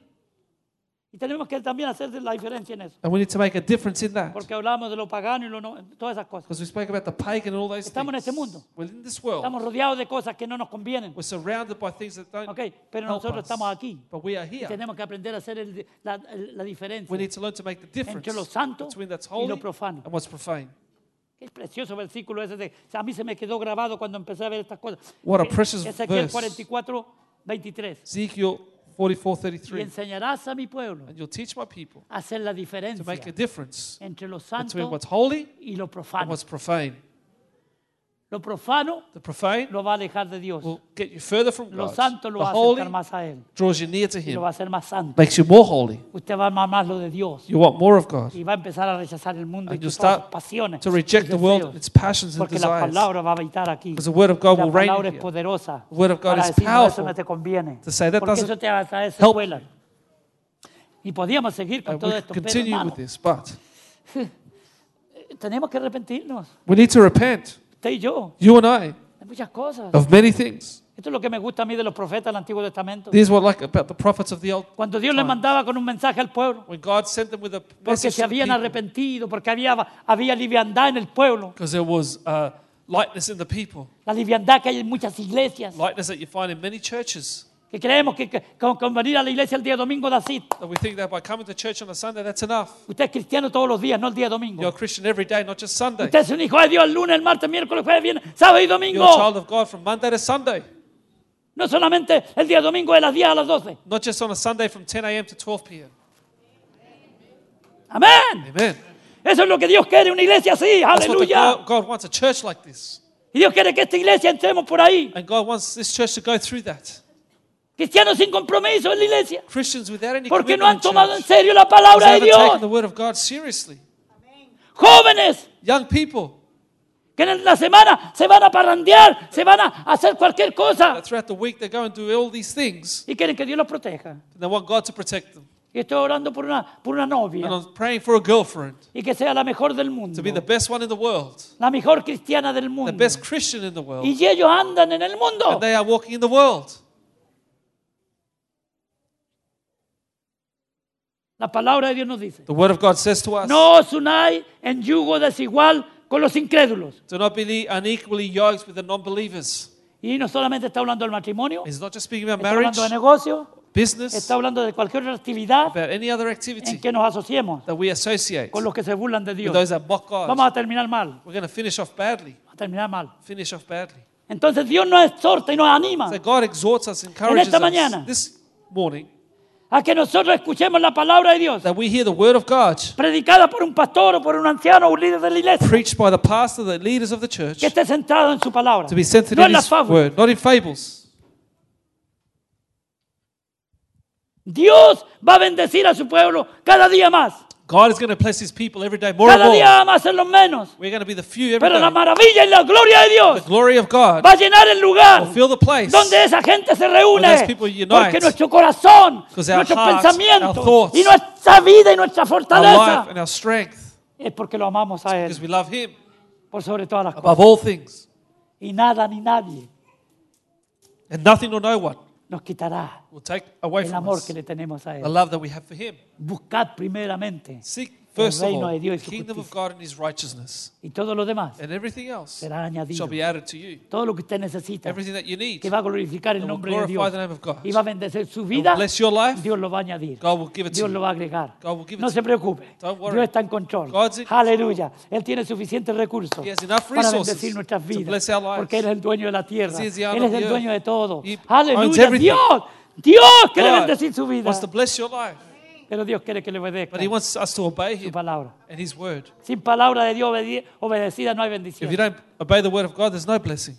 S3: Y tenemos que también hacer la diferencia en eso.
S2: And we need to make a difference in that.
S3: Porque hablamos de lo pagano y lo no- todas esas cosas.
S2: Because we spoke about the pagan and all those
S3: Estamos en
S2: things.
S3: este mundo.
S2: We're in this world.
S3: Estamos rodeados de cosas que no nos convienen.
S2: We're surrounded by things that don't
S3: Ok, pero
S2: help
S3: nosotros
S2: us.
S3: estamos aquí.
S2: But we are
S3: Y
S2: here.
S3: tenemos que aprender a hacer el- la, la diferencia.
S2: We need to learn to make the difference
S3: Entre lo santo
S2: between that's
S3: y lo
S2: holy
S3: profano.
S2: and what's profane.
S3: Qué precioso versículo ese. De, a mí se me quedó grabado cuando empecé a ver estas cosas.
S2: What a
S3: Eh,
S2: precious
S3: Ezequiel
S2: verse.
S3: 44, 23.
S2: Ezekiel 44,
S3: Y
S2: 33.
S3: enseñarás a mi pueblo
S2: And you'll teach my people
S3: a hacer la
S2: to
S3: diferencia
S2: make a difference
S3: entre lo
S2: between
S3: santo
S2: what's holy
S3: y lo
S2: and
S3: profano.
S2: what's profane.
S3: Lo profano
S2: The profane
S3: lo va a alejar de Dios.
S2: will get you further from
S3: Lo
S2: God.
S3: santo lo
S2: the
S3: va a
S2: holy
S3: acercar más a Él.
S2: draws you near to
S3: Y lo
S2: Him,
S3: va a hacer más santo.
S2: makes you more holy.
S3: Usted va a amar más lo de Dios.
S2: You want more of God.
S3: Y va a empezar a rechazar el mundo y
S2: And you'll
S3: sus todas sus
S2: start
S3: pasiones.
S2: to
S3: y
S2: reject the world,
S3: deseos.
S2: its passions and
S3: Porque la
S2: desires.
S3: palabra va a habitar aquí.
S2: Because the word of God
S3: La
S2: will reign
S3: palabra
S2: in
S3: es
S2: here.
S3: poderosa.
S2: The word of God
S3: para
S2: is
S3: decir, "No, eso
S2: powerful
S3: no te conviene.
S2: to say, "That
S3: porque
S2: doesn't
S3: eso te va a traer
S2: help you."
S3: secuelas. Y podíamos seguir con
S2: And
S3: todo
S2: we
S3: esto,
S2: could
S3: pero
S2: continue
S3: hermano,
S2: with this, but
S3: tenemos que arrepentirnos,
S2: we need to repent,
S3: usted y yo,
S2: you and I,
S3: de muchas cosas.
S2: of many things.
S3: Esto es lo que me gusta a mí de los profetas del Antiguo Testamento.
S2: This is what I like about the prophets of the Old.
S3: Cuando Dios les mandaba con un mensaje al pueblo,
S2: When God sent them with a
S3: porque
S2: message
S3: se habían arrepentido, porque había, había liviandad en el pueblo,
S2: because there was uh, lightness in the people,
S3: la liviandad que hay en muchas iglesias,
S2: lightness that you find in many churches.
S3: que creemos que, que con, con venir a la iglesia el día domingo da así.
S2: That we think that by coming to church on a Sunday, that's enough.
S3: Usted es cristiano todos los días, no el día domingo.
S2: You're a Christian every day, not just Sunday.
S3: Usted es un hijo de Dios el lunes, el martes, miércoles, jueves, viernes, sábado y
S2: You're a
S3: domingo.
S2: child of God from Monday to Sunday,
S3: No solamente el día domingo de las 10 a las 12.
S2: not just on a Sunday from 10 a.m. to 12 p.m.
S3: Amén.
S2: Amen.
S3: Eso es lo que Dios quiere, una iglesia así.
S2: That's what the
S3: Aleluya.
S2: God, God wants a church like this.
S3: Y Dios quiere que esta iglesia entremos por ahí.
S2: And God wants this church to go through that.
S3: Cristianos sin compromiso en la iglesia.
S2: Christians without any
S3: Porque
S2: commitment
S3: no han
S2: in
S3: tomado en
S2: church,
S3: serio la
S2: because
S3: palabra
S2: they
S3: de
S2: haven't taken
S3: Dios.
S2: the word of God seriously.
S3: Jóvenes
S2: Young people,
S3: que en la semana se van a parrandear, se van a hacer cualquier cosa.
S2: that throughout the week they go and do all these things,
S3: Y quieren que Dios los proteja.
S2: and they want God to protect them.
S3: Y estoy orando por una, por una
S2: And
S3: novia.
S2: I'm praying for a girlfriend
S3: Y que sea la mejor del
S2: to
S3: mundo.
S2: be the best one in the world,
S3: La mejor cristiana del
S2: the
S3: mundo.
S2: best Christian in the world.
S3: Y ellos andan en el mundo.
S2: And they are walking in the world.
S3: La palabra de Dios nos dice.
S2: The word of God says to us,
S3: No os unáis en yugo desigual con los incrédulos.
S2: do not be unequally yoked with the non-believers.
S3: Y no solamente está hablando del matrimonio,
S2: He's not just speaking about
S3: está hablando de
S2: marriage,
S3: negocio,
S2: business,
S3: está hablando de cualquier otra actividad
S2: about any other
S3: en
S2: activity
S3: que nos asociemos
S2: that we associate
S3: con los que se burlan de
S2: with those
S3: Dios.
S2: that mock God.
S3: Vamos a terminar mal,
S2: We're going to finish off badly.
S3: a terminar mal.
S2: Finish off badly.
S3: Entonces Dios nos exhorta y nos anima
S2: So God exhorts us, encourages
S3: Ah. esta
S2: us
S3: mañana.
S2: this morning
S3: a que nosotros escuchemos la palabra de Dios,
S2: that we hear the word of God
S3: predicada por un pastor o por un anciano o un líder de la iglesia,
S2: preached by the pastor, the leaders of the church,
S3: que esté centrado en su palabra,
S2: to be centered
S3: no
S2: in
S3: en las
S2: His
S3: fábulas.
S2: word, not in fables.
S3: Dios va a bendecir a su pueblo cada día más,
S2: God is going to bless His people every day more and
S3: cada
S2: more.
S3: día más en los menos.
S2: We're going to be the few every
S3: Pero la
S2: day.
S3: maravilla y la gloria de
S2: The
S3: Dios
S2: glory of God
S3: va a llenar el lugar
S2: will fill the place.
S3: donde esa gente se
S2: Where
S3: reúne.
S2: those people unite.
S3: Porque nuestro corazón,
S2: Because our
S3: nuestros
S2: hearts, our
S3: pensamientos
S2: thoughts,
S3: y nuestra vida y nuestra
S2: Our life
S3: fortaleza
S2: and our strength
S3: es porque lo amamos a
S2: because
S3: Él
S2: we love Him
S3: por sobre todas las cosas.
S2: above all things.
S3: Y nada ni nadie
S2: And nothing or no one
S3: nos quitará
S2: will take away
S3: el
S2: from
S3: amor
S2: us
S3: que le tenemos a
S2: the
S3: Él.
S2: love that we have for Him.
S3: Buscad primeramente
S2: Seek first of
S3: reino
S2: all
S3: de Dios y
S2: the
S3: su
S2: kingdom of
S3: justicia.
S2: God and His righteousness,
S3: y todo lo demás,
S2: and everything else
S3: Será añadido.
S2: shall be added to you.
S3: todo lo que usted necesita,
S2: Everything that you need,
S3: que va a glorificar el
S2: will
S3: nombre de
S2: glorify
S3: Dios
S2: the name of God.
S3: y va a bendecer su
S2: will
S3: vida,
S2: bless your life.
S3: Dios lo va a añadir.
S2: God will give it to
S3: Dios lo
S2: you.
S3: va a agregar.
S2: God will give it
S3: No
S2: to
S3: se
S2: you.
S3: preocupe.
S2: Don't worry.
S3: Dios está en control.
S2: God's in control.
S3: Aleluya. Él tiene suficientes recursos
S2: He has enough
S3: para
S2: resources
S3: bendecir nuestras
S2: to
S3: vidas.
S2: bless our lives.
S3: Porque Él es el dueño de la tierra.
S2: Because he is the
S3: Él
S2: owner
S3: es
S2: of
S3: el
S2: the
S3: dueño de
S2: earth.
S3: todo.
S2: He owns
S3: Aleluya.
S2: everything.
S3: Dios. Dios quiere
S2: God
S3: bendecir su vida.
S2: wants to bless your life,
S3: Pero Dios quiere que le obedezca
S2: but He wants us to obey
S3: su
S2: Him
S3: palabra.
S2: and His word.
S3: Sin palabra de Dios obedi- obedecida no hay
S2: If you
S3: bendición.
S2: don't obey the word of God, there's no blessing.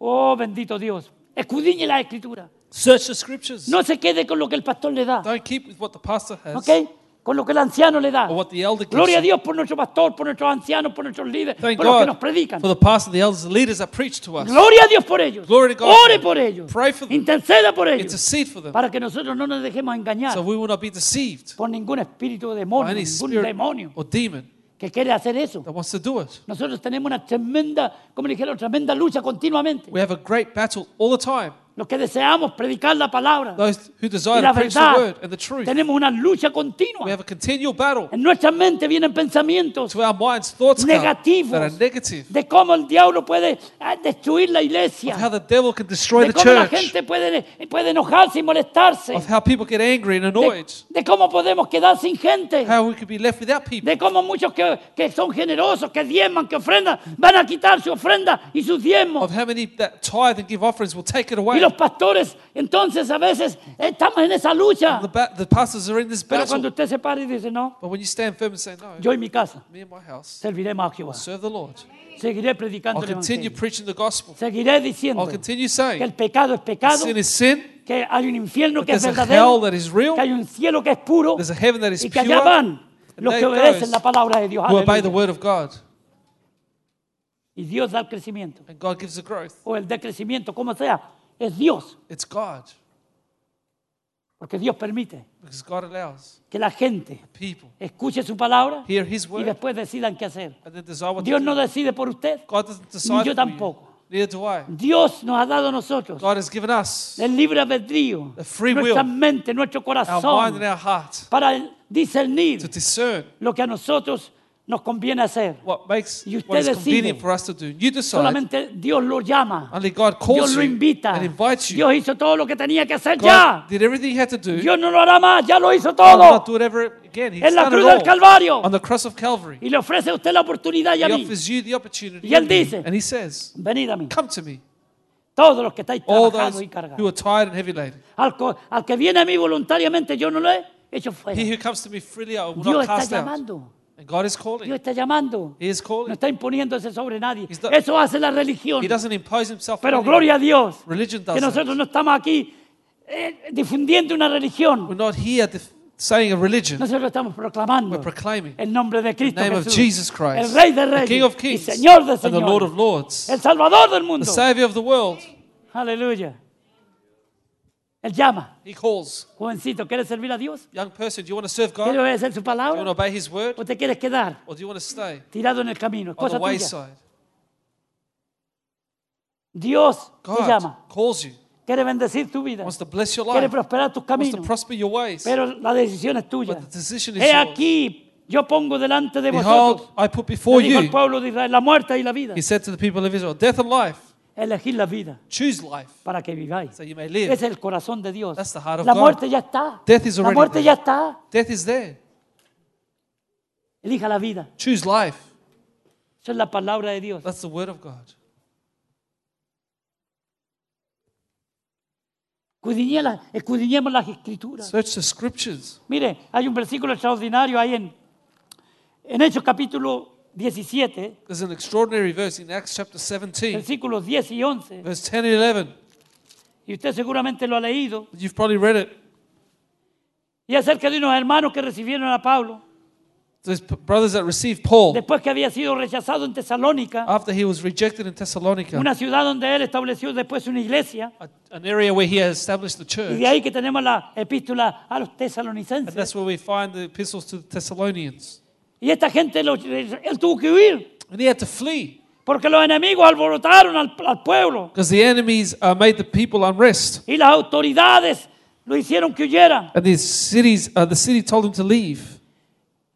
S3: Oh, bendito Dios. Escudriñe la escritura.
S2: Search the scriptures.
S3: No se quede con lo que el pastor le da.
S2: Don't keep with what the pastor has
S3: ¿Ok? Con lo que el anciano le da.
S2: or what the elder gives.
S3: Gloria a
S2: you.
S3: Dios por nuestro pastor, por nuestros ancianos, por nuestros líderes,
S2: Thank
S3: por los que nos
S2: God
S3: predican.
S2: for the pastor, the elders, the leaders that preach to us.
S3: Gloria a Dios por ellos.
S2: Glory to God.
S3: Ore por ellos.
S2: Pray for them.
S3: Interceda por ellos.
S2: Intercede for them
S3: Para que nosotros no nos dejemos engañar
S2: so we will not be deceived
S3: por ningún espíritu de
S2: by
S3: demonio,
S2: any
S3: ningún
S2: spirit
S3: demonio
S2: or demon
S3: que quiere hacer eso.
S2: that wants to do it.
S3: Nosotros tenemos una tremenda, como le dijeron, tremenda lucha continuamente.
S2: We have a great battle all the time.
S3: Los que deseamos predicar la palabra
S2: Those who
S3: y
S2: desire
S3: la
S2: to preach the
S3: verdad,
S2: word and the truth.
S3: tenemos una lucha
S2: We
S3: continua.
S2: have a continual battle
S3: En nuestra mente vienen pensamientos
S2: to our minds, thoughts come
S3: Negativos.
S2: that are negative,
S3: de cómo el diablo puede ah, destruir la
S2: of how
S3: iglesia,
S2: the devil can destroy the
S3: de cómo la
S2: church,
S3: gente puede, puede enojarse y molestarse,
S2: of how people get angry and
S3: de,
S2: annoyed,
S3: de cómo podemos quedar sin gente,
S2: how we could be left without people,
S3: de cómo muchos que, que son generosos, que diezman, que ofrendan, van a quitar su ofrenda y sus diezmos.
S2: of how many that tithe and give offerings will take it
S3: Y
S2: away.
S3: los pastores, entonces a veces estamos en esa lucha.
S2: The, ba- the pastors are in this
S3: Pero cuando
S2: battle.
S3: usted se para y dice, no,
S2: But when you stand firm and say, No,
S3: yo y mi casa
S2: me and my house,
S3: serviremos a Jehová.
S2: serve the Lord.
S3: Seguiré predicando
S2: I'll
S3: el
S2: continue
S3: evangelio.
S2: preaching the gospel.
S3: Seguiré diciendo
S2: I'll continue
S3: que el
S2: saying,
S3: pecado es pecado,
S2: Sin is sin,
S3: que hay un infierno que es
S2: there's a hell
S3: verdadero,
S2: that is real,
S3: que hay un cielo que es puro
S2: there's a heaven that is
S3: y que allá van
S2: pure.
S3: los
S2: there
S3: que
S2: it
S3: obedecen
S2: goes.
S3: la palabra de Dios.
S2: Who obey the
S3: Aleluya.
S2: word of God.
S3: Y Dios da el crecimiento,
S2: And God gives the growth.
S3: o el decrecimiento, como sea, es Dios,
S2: It's God.
S3: porque Dios permite
S2: Because God allows
S3: que la gente
S2: people
S3: escuche su palabra
S2: hear His
S3: y
S2: word
S3: después decidan qué hacer.
S2: and then desire what
S3: Dios
S2: to
S3: no
S2: do.
S3: decide por usted,
S2: God doesn't decide
S3: yo
S2: for you.
S3: tampoco.
S2: Neither do I.
S3: Dios nos ha dado a nosotros
S2: God has given us
S3: el libre albedrío,
S2: The free
S3: nuestra
S2: will.
S3: mente, nuestro
S2: our mind
S3: corazón,
S2: and our heart
S3: para
S2: to
S3: discernir
S2: discern
S3: lo que a nosotros nos conviene hacer.
S2: what makes
S3: Y usted
S2: what is
S3: decide.
S2: convenient for us to do. You decide.
S3: Solamente Dios lo llama,
S2: Only God
S3: Dios
S2: calls
S3: lo
S2: you
S3: invita,
S2: and invites you.
S3: Dios hizo todo lo que tenía que hacer
S2: God
S3: ya.
S2: did everything He had to do.
S3: Dios no lo hará más, ya lo hizo
S2: God will
S3: todo
S2: not do it ever again. He's
S3: en la
S2: done
S3: cruz del
S2: it all.
S3: Calvario
S2: On the cross of Calvary,
S3: y le ofrece a usted la oportunidad y
S2: He
S3: a mí.
S2: offers you the opportunity.
S3: Y él dice-
S2: and He says,
S3: Venid a mí,
S2: Come to me,
S3: todos los que estáis
S2: all
S3: trabajados
S2: those
S3: y cargados.
S2: who are tired and heavy laden.
S3: Al, co- al que viene a mí voluntariamente yo no le hecho fuera.
S2: He who comes to me freely, I will
S3: Dios
S2: not
S3: está
S2: cast out.
S3: llamando.
S2: And God is
S3: Dios
S2: calling.
S3: está llamando.
S2: He is
S3: No
S2: calling.
S3: está imponiéndose sobre nadie.
S2: He's not-
S3: Eso hace la religión.
S2: He doesn't impose himself. on
S3: Pero
S2: anyone.
S3: gloria a Dios
S2: Religion
S3: que
S2: does
S3: nosotros
S2: that.
S3: no estamos aquí eh, difundiendo una religión.
S2: We're not here def- saying a religion.
S3: Nosotros estamos proclamando
S2: We're proclaiming
S3: el nombre de Cristo
S2: name of
S3: Jesús,
S2: Jesus Christ,
S3: el Rey de
S2: the
S3: Reyes,
S2: King of
S3: y
S2: Kings,
S3: Señor de
S2: and the Lord of
S3: Señores,
S2: Lords,
S3: el Salvador del
S2: the
S3: mundo.
S2: Savior of the world.
S3: Aleluya. Él llama,
S2: He calls.
S3: jovencito, ¿quieres servir a Dios?
S2: Young person, do you want to serve God?
S3: ¿Quieres
S2: Do you
S3: obedecer su
S2: want to
S3: palabra?
S2: obey His word?
S3: ¿O te quieres quedar
S2: Or do you want to stay
S3: tirado en el camino? Es
S2: on
S3: Cosa
S2: the
S3: tuya.
S2: wayside?
S3: Dios te
S2: God
S3: llama,
S2: calls you,
S3: quiere bendecir tu vida,
S2: wants to bless your
S3: quiere
S2: life,
S3: prosperar tus
S2: wants to
S3: caminos,
S2: prosper your ways.
S3: pero la decisión es tuya.
S2: But the decision is
S3: He
S2: yours.
S3: aquí, yo pongo delante de
S2: Behold,
S3: vosotros,
S2: I put before
S3: le dijo al
S2: you,
S3: pueblo de Israel, la muerte y la vida.
S2: He said to the people of Israel, death and life.
S3: Elegid la vida
S2: Choose life
S3: para que viváis.
S2: so you may
S3: Es
S2: live.
S3: el corazón de Dios.
S2: That's the heart of
S3: La
S2: God.
S3: muerte ya está.
S2: Death is
S3: La
S2: already
S3: muerte
S2: there.
S3: ya está.
S2: Death is there.
S3: Elija la vida.
S2: Choose life.
S3: Esa es la palabra de Dios.
S2: That's the word of God.
S3: Escudriñe la- escudriñemos las escrituras.
S2: Search the scriptures.
S3: Mire, hay un versículo extraordinario ahí en, en Hechos capítulo 17,
S2: There's an extraordinary verse in Acts chapter 17,
S3: versículos 10 y 11.
S2: verse 10 and 11.
S3: Y usted seguramente lo ha leído.
S2: You've probably read it.
S3: Y acerca de unos hermanos que recibieron a Pablo,
S2: Those p- brothers that received Paul
S3: después que había sido rechazado en Tesalónica,
S2: after he was rejected in Thessalonica,
S3: una ciudad donde él estableció después una iglesia.
S2: a- an area where he had established the
S3: Y de
S2: church.
S3: ahí que tenemos la epístola a los
S2: And
S3: tesalonicenses.
S2: that's where we find the epistles to the Thessalonians.
S3: Y esta gente, lo- él tuvo que huir,
S2: And he had to flee
S3: porque los enemigos alborotaron al, al pueblo.
S2: because the enemies uh, made the people unrest.
S3: Y las autoridades lo hicieron que huyeran.
S2: And these cities, uh, the city told him to leave.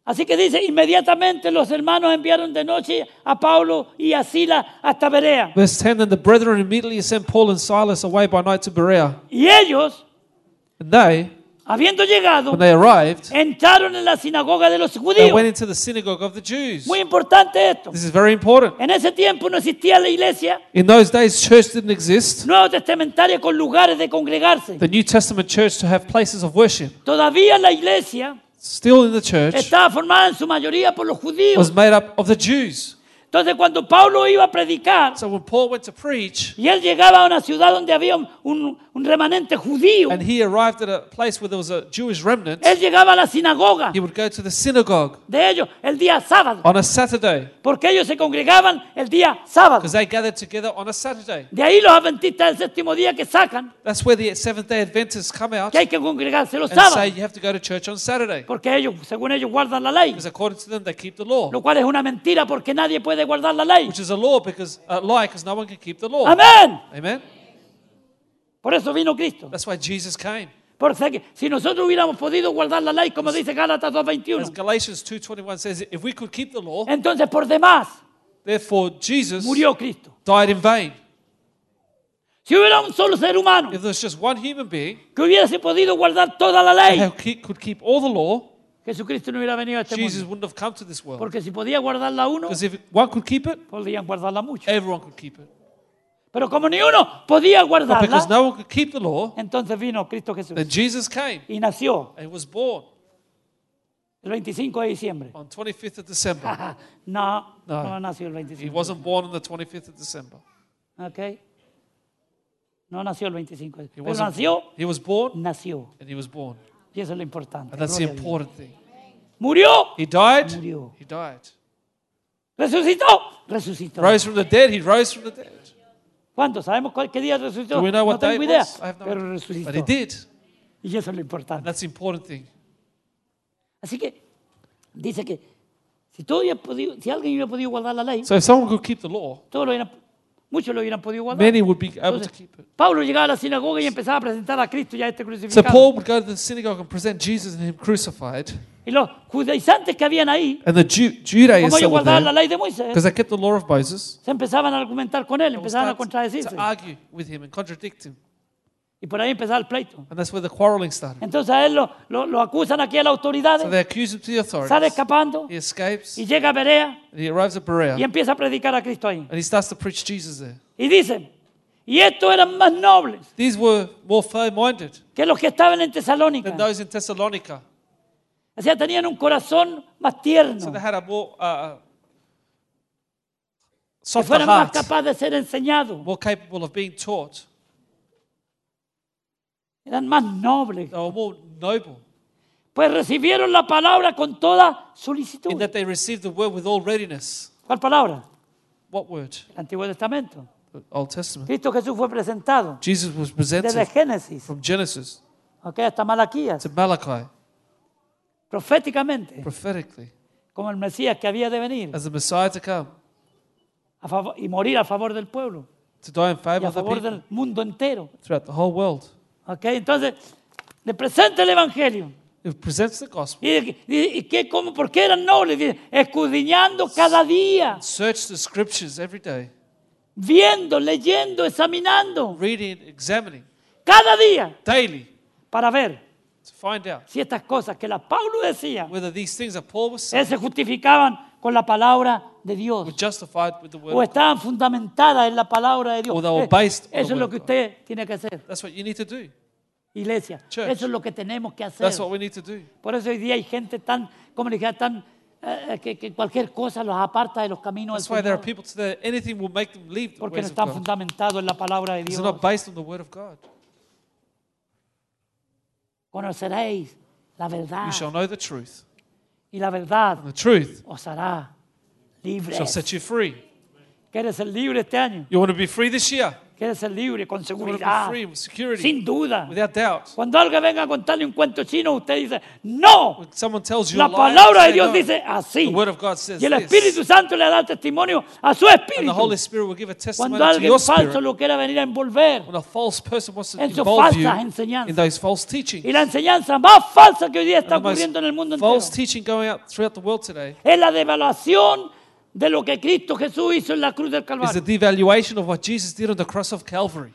S3: Así que dice, inmediatamente los hermanos enviaron de noche a Pablo y a Sila hasta Berea.
S2: Verse 10 Then the brethren immediately sent Paul and Silas away by night to Berea.
S3: Y ellos,
S2: And they,
S3: habiendo llegado,
S2: when they arrived,
S3: entraron en la sinagoga de los
S2: they went
S3: judíos.
S2: into the synagogue of the Jews.
S3: Muy importante esto.
S2: This is very important.
S3: En ese tiempo no existía la iglesia
S2: In those days, church didn't exist.
S3: nuevo testamentaria con lugares de congregarse.
S2: The New Testament church to have places of worship.
S3: Todavía la iglesia
S2: Still in the church,
S3: estaba formada en su mayoría por los
S2: was
S3: judíos.
S2: made up of the Jews.
S3: Entonces cuando Pablo iba a predicar
S2: So when Paul went to preach,
S3: y él llegaba a una ciudad donde había un, un- un remanente judío,
S2: and he arrived at a place where there was a Jewish remnant,
S3: él llegaba a la sinagoga
S2: he would go to the synagogue
S3: de ellos el día sábado,
S2: on a Saturday
S3: porque ellos se congregaban el día sábado.
S2: because they gathered together on a Saturday.
S3: De ahí los adventistas del séptimo día que sacan
S2: That's where the Seventh day Adventists come out
S3: que hay que congregarse los
S2: and say
S3: sábados,
S2: you have to go to church on Saturday
S3: porque ellos, según ellos, guardan la ley,
S2: because according to them they keep the law,
S3: lo cual es una mentira porque nadie puede guardar la ley.
S2: which is a law because a lie because no one can keep the law.
S3: Amén.
S2: Amen.
S3: Por eso vino Cristo.
S2: That's why Jesus came.
S3: Porque si nosotros hubiéramos podido guardar la ley, como dice Gálatas
S2: As
S3: 2.21,
S2: Galatians 2:21 says, if we could keep the law,
S3: entonces por demás
S2: therefore Jesus
S3: murió Cristo.
S2: died in vain.
S3: Si hubiera un solo ser humano
S2: If there's just one human being
S3: que hubiese podido guardar toda la ley,
S2: who keep- could keep all the law,
S3: Jesucristo no hubiera venido a este
S2: Jesus
S3: mundo.
S2: wouldn't have come to this world.
S3: Porque si podía guardarla uno,
S2: Because if one could keep it,
S3: podían guardarla mucho.
S2: everyone could keep it.
S3: Pero como ni uno podía
S2: But because
S3: guardarla,
S2: no one could keep the law,
S3: entonces vino Cristo Jesús
S2: then Jesus came
S3: y nació
S2: and was born
S3: el 25 de diciembre.
S2: on 25th of December.
S3: Ah, No,
S2: No.
S3: no nació el
S2: He
S3: 25.
S2: wasn't born on the 25th of December.
S3: ¿Ok? No nació el 25.
S2: He
S3: Pero
S2: wasn't.
S3: nació,
S2: He was born
S3: nació.
S2: and he was born.
S3: Y eso es lo importante.
S2: And that's the
S3: Gloria a Dios.
S2: important thing.
S3: Murió,
S2: He died.
S3: Murió.
S2: He died.
S3: resucitó, resucitó.
S2: Rose from the dead. He rose from the dead.
S3: ¿Cuántos sabemos cuál, qué día resucitó?
S2: Do we know
S3: no
S2: what day
S3: tengo
S2: it
S3: idea,
S2: was? I have no
S3: pero
S2: idea.
S3: resucitó.
S2: But he did.
S3: Y eso es lo
S2: And
S3: importante.
S2: that's the important thing.
S3: Así que dice que si, todo hubiera podido- si alguien hubiera podido guardar la ley,
S2: So if someone could keep the law,
S3: todos lo hubieran- muchos lo hubieran podido guardar.
S2: many would be ah, able to
S3: Entonces,
S2: keep it.
S3: Pablo llegaba a la sinagoga y empezaba a presentar a Cristo y a este
S2: So
S3: crucificado.
S2: Paul would go to the synagogue and present Jesus and him crucified.
S3: y los judaizantes que habían ahí,
S2: And the Ju-
S3: como
S2: Judaists that
S3: ellos
S2: were
S3: guardaban la
S2: there,
S3: ley de Moisés,
S2: because they kept the law of Moses,
S3: se empezaban a argumentar con él,
S2: they would
S3: empezaban a
S2: start
S3: contradecirse.
S2: to argue with him and contradict him.
S3: Y por ahí empezaba el pleito.
S2: And that's where the quarreling started.
S3: Entonces a él lo, lo- lo acusan aquí a las autoridades,
S2: So they accuse him to the
S3: sale
S2: authorities.
S3: escapando
S2: He escapes
S3: y
S2: and
S3: llega a Berea
S2: he arrives at Berea
S3: y empieza a predicar a Cristo ahí.
S2: and he starts to preach Jesus there.
S3: Y dicen, y estos eran más nobles
S2: These were more fair minded
S3: que los que estaban en
S2: than
S3: Tesalónica,
S2: those in Thessalonica
S3: O sea, tenían un corazón más
S2: So
S3: tierno,
S2: they had a more uh,
S3: que
S2: softer
S3: fueran más
S2: heart,
S3: capaces de ser enseñados,
S2: more capable of being taught.
S3: eran más nobles.
S2: They were more noble
S3: Pues recibieron la palabra con toda solicitud.
S2: in that they received the word with all readiness.
S3: ¿Cuál palabra?
S2: What word?
S3: El Antiguo Testamento.
S2: The Old Testament.
S3: Cristo Jesús fue presentado
S2: Jesus was
S3: desde
S2: presented
S3: Génesis
S2: from Genesis
S3: ok, hasta Malaquías,
S2: to Malachi
S3: proféticamente,
S2: prophetically
S3: como el Mesías que había de venir
S2: as the Messiah to come
S3: a favor- y morir a favor del pueblo
S2: to die in
S3: y
S2: favor
S3: a
S2: of the
S3: favor
S2: people
S3: del mundo entero.
S2: throughout the whole world.
S3: ok. Entonces, le presenta el Evangelio.
S2: It presents the gospel.
S3: ¿Y, y, y qué, cómo, por qué eran nobles? Dice, escudriñando cada día,
S2: Search the scriptures every day,
S3: viendo, leyendo, examinando,
S2: reading, examining
S3: cada día,
S2: daily
S3: para ver
S2: to find out
S3: si estas cosas que las Pablo decía,
S2: whether these things that Paul was saying
S3: eh, se justificaban con la palabra de
S2: were
S3: Dios
S2: justified with the word. of
S3: o
S2: God.
S3: estaban fundamentadas en la palabra de Dios.
S2: O they were
S3: Eh,
S2: based on the
S3: Eso es
S2: word
S3: lo
S2: of
S3: que
S2: God.
S3: usted tiene que hacer,
S2: That's what you need to do.
S3: iglesia.
S2: Church.
S3: Eso es lo que tenemos que hacer.
S2: That's what we need to do.
S3: Por eso hoy día hay gente tan, como le dije, tan, eh, que, que cualquier cosa los aparta de los caminos
S2: That's
S3: del
S2: why there are
S3: Señor,
S2: people today, anything will make them leave the
S3: porque no
S2: ways of
S3: están
S2: God.
S3: fundamentados en la palabra de
S2: It's
S3: Dios.
S2: not based on the word of God.
S3: conoceréis la verdad
S2: You shall know the truth,
S3: y la verdad
S2: and the truth
S3: os hará
S2: shall
S3: libres.
S2: set you free.
S3: ¿Quieres ser libre este año?
S2: You want to be free this year?
S3: ¿Quieres ser libre con
S2: You want to be
S3: seguridad?
S2: free with security,
S3: Sin duda.
S2: without doubt.
S3: Cuando alguien venga a contarle un cuento chino, usted dice, no,
S2: When someone tells you a
S3: la
S2: lie,
S3: palabra de
S2: say
S3: Dios
S2: no.
S3: dice así.
S2: The word of God says
S3: Y el
S2: this.
S3: Espíritu Santo le da testimonio a su
S2: and the Holy
S3: espíritu.
S2: Spirit will give a testimony
S3: Cuando
S2: to
S3: alguien
S2: your
S3: falso
S2: spirit.
S3: lo quiera venir a envolver.
S2: When a false person wants to
S3: En sus
S2: involve you
S3: falsas enseñanzas.
S2: in those false teachings,
S3: Y la enseñanza más falsa que hoy día está
S2: and the most
S3: ocurriendo en el mundo entero
S2: false teaching going out throughout the world today
S3: es la devaluación de lo que Cristo Jesús hizo en la cruz del
S2: is
S3: Calvario.
S2: the devaluation of what Jesus did on the cross of Calvary.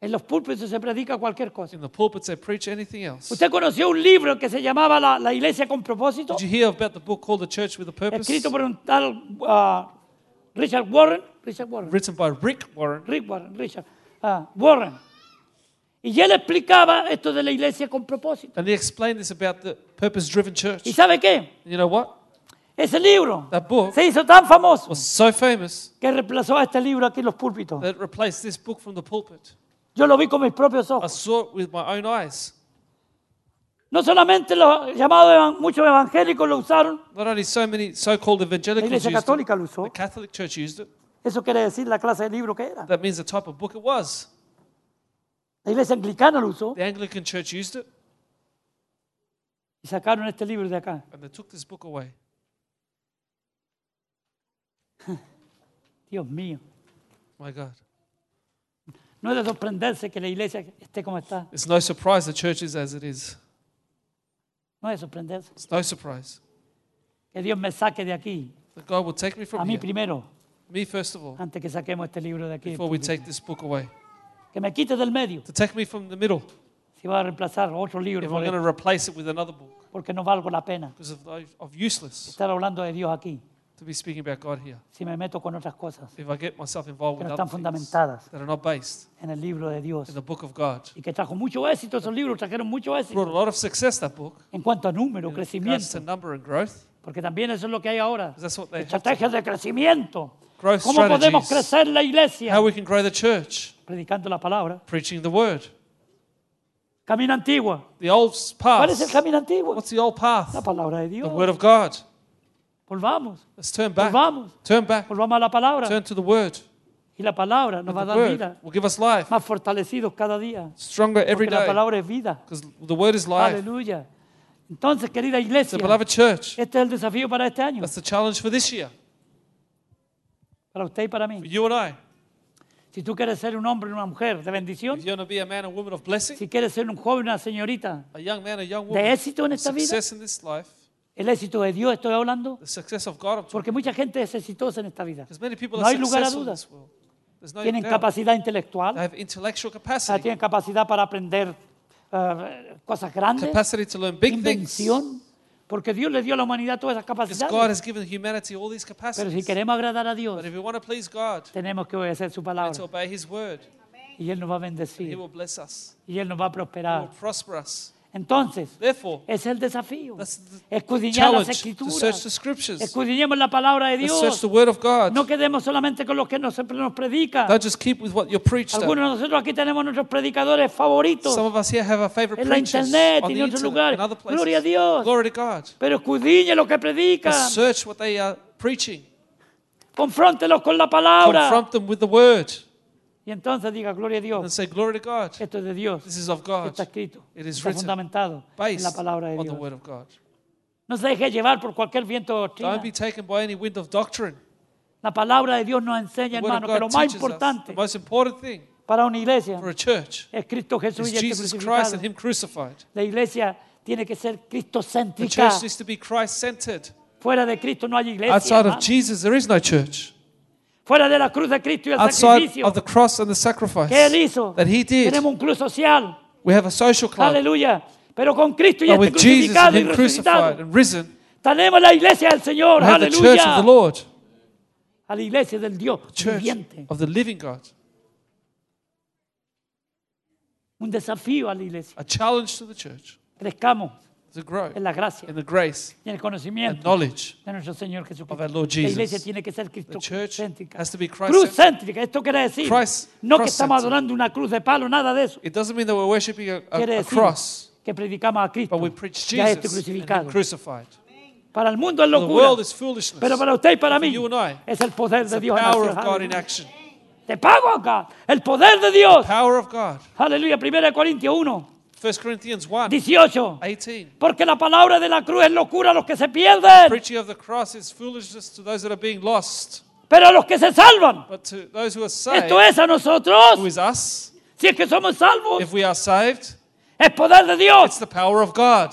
S3: En los púlpitos se predica cualquier cosa.
S2: In the pulpits, they preach anything else.
S3: ¿Usted conoció un libro que se llamaba La, la Iglesia con Propósito?
S2: Did you hear about the book called The Church with a Purpose?
S3: Escrito por un tal ah, Richard Warren. Richard Warren.
S2: Written by Rick Warren.
S3: Rick Warren. Richard ah, Warren. Y él explicaba esto de la Iglesia con Propósito.
S2: And he explained this about the purpose driven church.
S3: ¿Y sabe qué?
S2: You know what?
S3: Ese libro
S2: That book
S3: se hizo tan famoso
S2: was so famous
S3: que reemplazó a este libro aquí en los púlpitos.
S2: that it replaced this book from the pulpit.
S3: Yo lo vi con mis propios
S2: I
S3: ojos.
S2: saw it with my own eyes.
S3: No solamente los llamados evan- muchos evangélicos lo usaron,
S2: Not only so many so called
S3: la
S2: evangelicals used
S3: Iglesia
S2: it,
S3: Católica lo usó.
S2: the Catholic Church used it.
S3: Eso quiere decir la clase de libro que era.
S2: That means the type of book it was.
S3: La iglesia anglicana lo usó
S2: The Anglican Church used it,
S3: y sacaron este libro de acá.
S2: and they took this book away.
S3: Dios mío.
S2: My God.
S3: No es de sorprenderse que la iglesia esté como está.
S2: It's no surprise the church is as it is.
S3: No es de sorprenderse.
S2: It's no surprise
S3: Que Dios me saque de aquí.
S2: that God will take me
S3: A
S2: from
S3: mí
S2: here.
S3: primero,
S2: Me first of all,
S3: antes que saquemos este libro de aquí.
S2: before we take this book away.
S3: Que me quite del medio.
S2: To take me from the middle,
S3: Si va a reemplazar otro libro.
S2: if I'm going
S3: por-
S2: to replace it with another book,
S3: Porque no valgo la pena
S2: because of, of useless
S3: estar hablando de Dios aquí.
S2: to be speaking about God here.
S3: Si me meto con otras cosas
S2: If I get myself involved
S3: que
S2: with
S3: no
S2: other
S3: están
S2: things
S3: fundamentadas
S2: that are not based
S3: en el libro de
S2: in
S3: Dios.
S2: the book of God,
S3: Y que trajo mucho éxito esos libros. Trajeron mucho
S2: brought
S3: éxito
S2: a lot of success that book.
S3: en cuanto a número,
S2: in regards to
S3: crecimiento.
S2: number and growth,
S3: Porque también eso es lo que hay ahora.
S2: 'cause that's what they have.
S3: Estrategias de crecimiento.
S2: Growth
S3: ¿Cómo podemos
S2: strategies.
S3: crecer la iglesia?
S2: Pues How we can grow the church,
S3: Predicando la palabra.
S2: preaching the word,
S3: Camino antiguo.
S2: the old
S3: ¿Cuál es el
S2: path.
S3: camino antiguo?
S2: What's the old path?
S3: La palabra de Dios.
S2: The word of God.
S3: Volvamos,
S2: Let's turn back.
S3: Volvamos.
S2: Turn back.
S3: volvamos a la palabra.
S2: Turn to the word.
S3: Y la palabra nos va a
S2: The
S3: dar
S2: word
S3: vida.
S2: will give us life,
S3: Más fortalecidos cada día.
S2: stronger every
S3: Porque la
S2: day,
S3: palabra es vida.
S2: because the word is life.
S3: Aleluya. Entonces, querida
S2: So,
S3: iglesia,
S2: beloved church,
S3: este es el desafío para este año.
S2: that's the challenge for this year,
S3: Para usted y para mí.
S2: for you and I.
S3: Si tú quieres ser un hombre, una mujer de bendición.
S2: If you want to be a man and woman of blessing,
S3: Si quieres ser un joven, una señorita
S2: a young man, a young
S3: de
S2: woman,
S3: éxito en esta vida.
S2: success in this life,
S3: El éxito de Dios estoy hablando.
S2: the success of God, I'm talking
S3: Porque mucha gente es exitosa en esta vida.
S2: because many people
S3: No
S2: are
S3: hay lugar a
S2: successful in
S3: dudas.
S2: this world. There's
S3: Tienen
S2: no doubt.
S3: capacidad
S2: They
S3: intelectual,
S2: have intellectual
S3: o sea,
S2: capacity.
S3: tienen capacidad para aprender eh, cosas grandes,
S2: capacity to learn big things.
S3: invención, porque Dios le dio a la humanidad todas esas
S2: Because God
S3: capacidades.
S2: has given humanity all these
S3: Pero si
S2: capacities.
S3: queremos agradar a Dios,
S2: But if we want to please God,
S3: tenemos que obedecer su
S2: we need to
S3: palabra
S2: obey His word.
S3: y Él nos va a
S2: He
S3: bendecir
S2: will bless us.
S3: y Él nos va a
S2: He will
S3: prosperar.
S2: prosper us.
S3: Entonces,
S2: Therefore,
S3: es el desafío.
S2: That's the
S3: Escudriñar las
S2: challenge to search the
S3: escrituras.
S2: scriptures.
S3: Escudriñemos la palabra de
S2: Let's search
S3: Dios.
S2: the word of God.
S3: No quedemos solamente con los que nos, siempre nos predica.
S2: Don't just keep with what you're preached at.
S3: Algunos de nosotros aquí tenemos nuestros predicadores
S2: Some
S3: favoritos
S2: of us here have our favorite
S3: en la
S2: preachers
S3: internet
S2: on
S3: y
S2: the
S3: en otros
S2: internet
S3: lugares.
S2: and other places.
S3: Gloria a Dios.
S2: Glory to God.
S3: Pero escudriñe lo que predica.
S2: Let's search what they are preaching.
S3: Confróntelos con la palabra.
S2: Confront them with the word
S3: Y entonces diga, gloria a
S2: and
S3: Dios.
S2: say, Glory to God.
S3: Esto es de
S2: This
S3: Dios.
S2: is of God,
S3: Está escrito.
S2: It is
S3: Está
S2: written.
S3: fundamentado en la
S2: based
S3: palabra de
S2: on the
S3: Dios.
S2: word of God.
S3: No se deje llevar por cualquier viento de doctrina.
S2: Don't be taken by any wind of doctrine.
S3: La palabra de Dios nos enseña,
S2: The word
S3: hermano,
S2: of
S3: que lo
S2: God
S3: más
S2: teaches us.
S3: importante
S2: The most important thing
S3: para una iglesia
S2: for a church
S3: es Cristo Jesús
S2: is
S3: y el
S2: Jesus Christ and Him crucified.
S3: La iglesia tiene que ser
S2: The
S3: cristocéntrica.
S2: church needs to be Christ centered.
S3: Fuera de Cristo no hay iglesia.
S2: Outside
S3: hermano.
S2: of Jesus, there is no church.
S3: Fuera de la cruz de Cristo y el
S2: Outside
S3: sacrificio
S2: of the cross and the sacrifice
S3: que Él hizo,
S2: that He did,
S3: tenemos un club social.
S2: we have a social club.
S3: Aleluya. Pero con Cristo y
S2: But
S3: este
S2: with Jesus and
S3: crucificado y
S2: Him crucified
S3: resucitado,
S2: and risen,
S3: tenemos la iglesia del Señor.
S2: we have the church of
S3: Aleluya.
S2: the Lord,
S3: A la iglesia del Dios
S2: church
S3: viviente.
S2: of the living God.
S3: Un desafío a la iglesia.
S2: A challenge to the church
S3: Crezcamos
S2: to grow
S3: en la gracia
S2: in the grace
S3: y en el
S2: and
S3: conocimiento
S2: knowledge.
S3: de nuestro Señor Jesucristo.
S2: Of our Lord
S3: La iglesia
S2: Jesus.
S3: tiene que ser
S2: The church
S3: cristocéntrica.
S2: has to be Christ centered.
S3: Cruzcéntrica. Esto quiere decir
S2: Christ-
S3: no que
S2: cross-centered.
S3: estamos adorando una cruz de palo, nada de eso.
S2: It doesn't mean that we're worshipping a, a-
S3: Quiere
S2: a
S3: decir
S2: cross,
S3: que predicamos a Cristo
S2: but we preach
S3: y a este
S2: Jesus and Him
S3: crucificado.
S2: crucified.
S3: Para el mundo es
S2: The world
S3: locura,
S2: is foolishness.
S3: pero para usted y para mí
S2: you and I,
S3: es el poder de
S2: the
S3: Dios en
S2: power of
S3: acción.
S2: God in
S3: Aleluya.
S2: action.
S3: Te pago acá. El poder de Dios.
S2: Power of God.
S3: Aleluya. Primera de Corintios 1,
S2: 1 Corinthians 1,
S3: 18.
S2: 18.
S3: Porque la palabra de la cruz es locura a los que se pierden,
S2: Preaching of the cross is foolishness to those that are being lost,
S3: pero a los que se salvan.
S2: but to those who are saved,
S3: Esto es a
S2: who
S3: nosotros.
S2: is us,
S3: Si es que somos salvos,
S2: if we are saved,
S3: es poder de
S2: it's
S3: Dios.
S2: the power of God.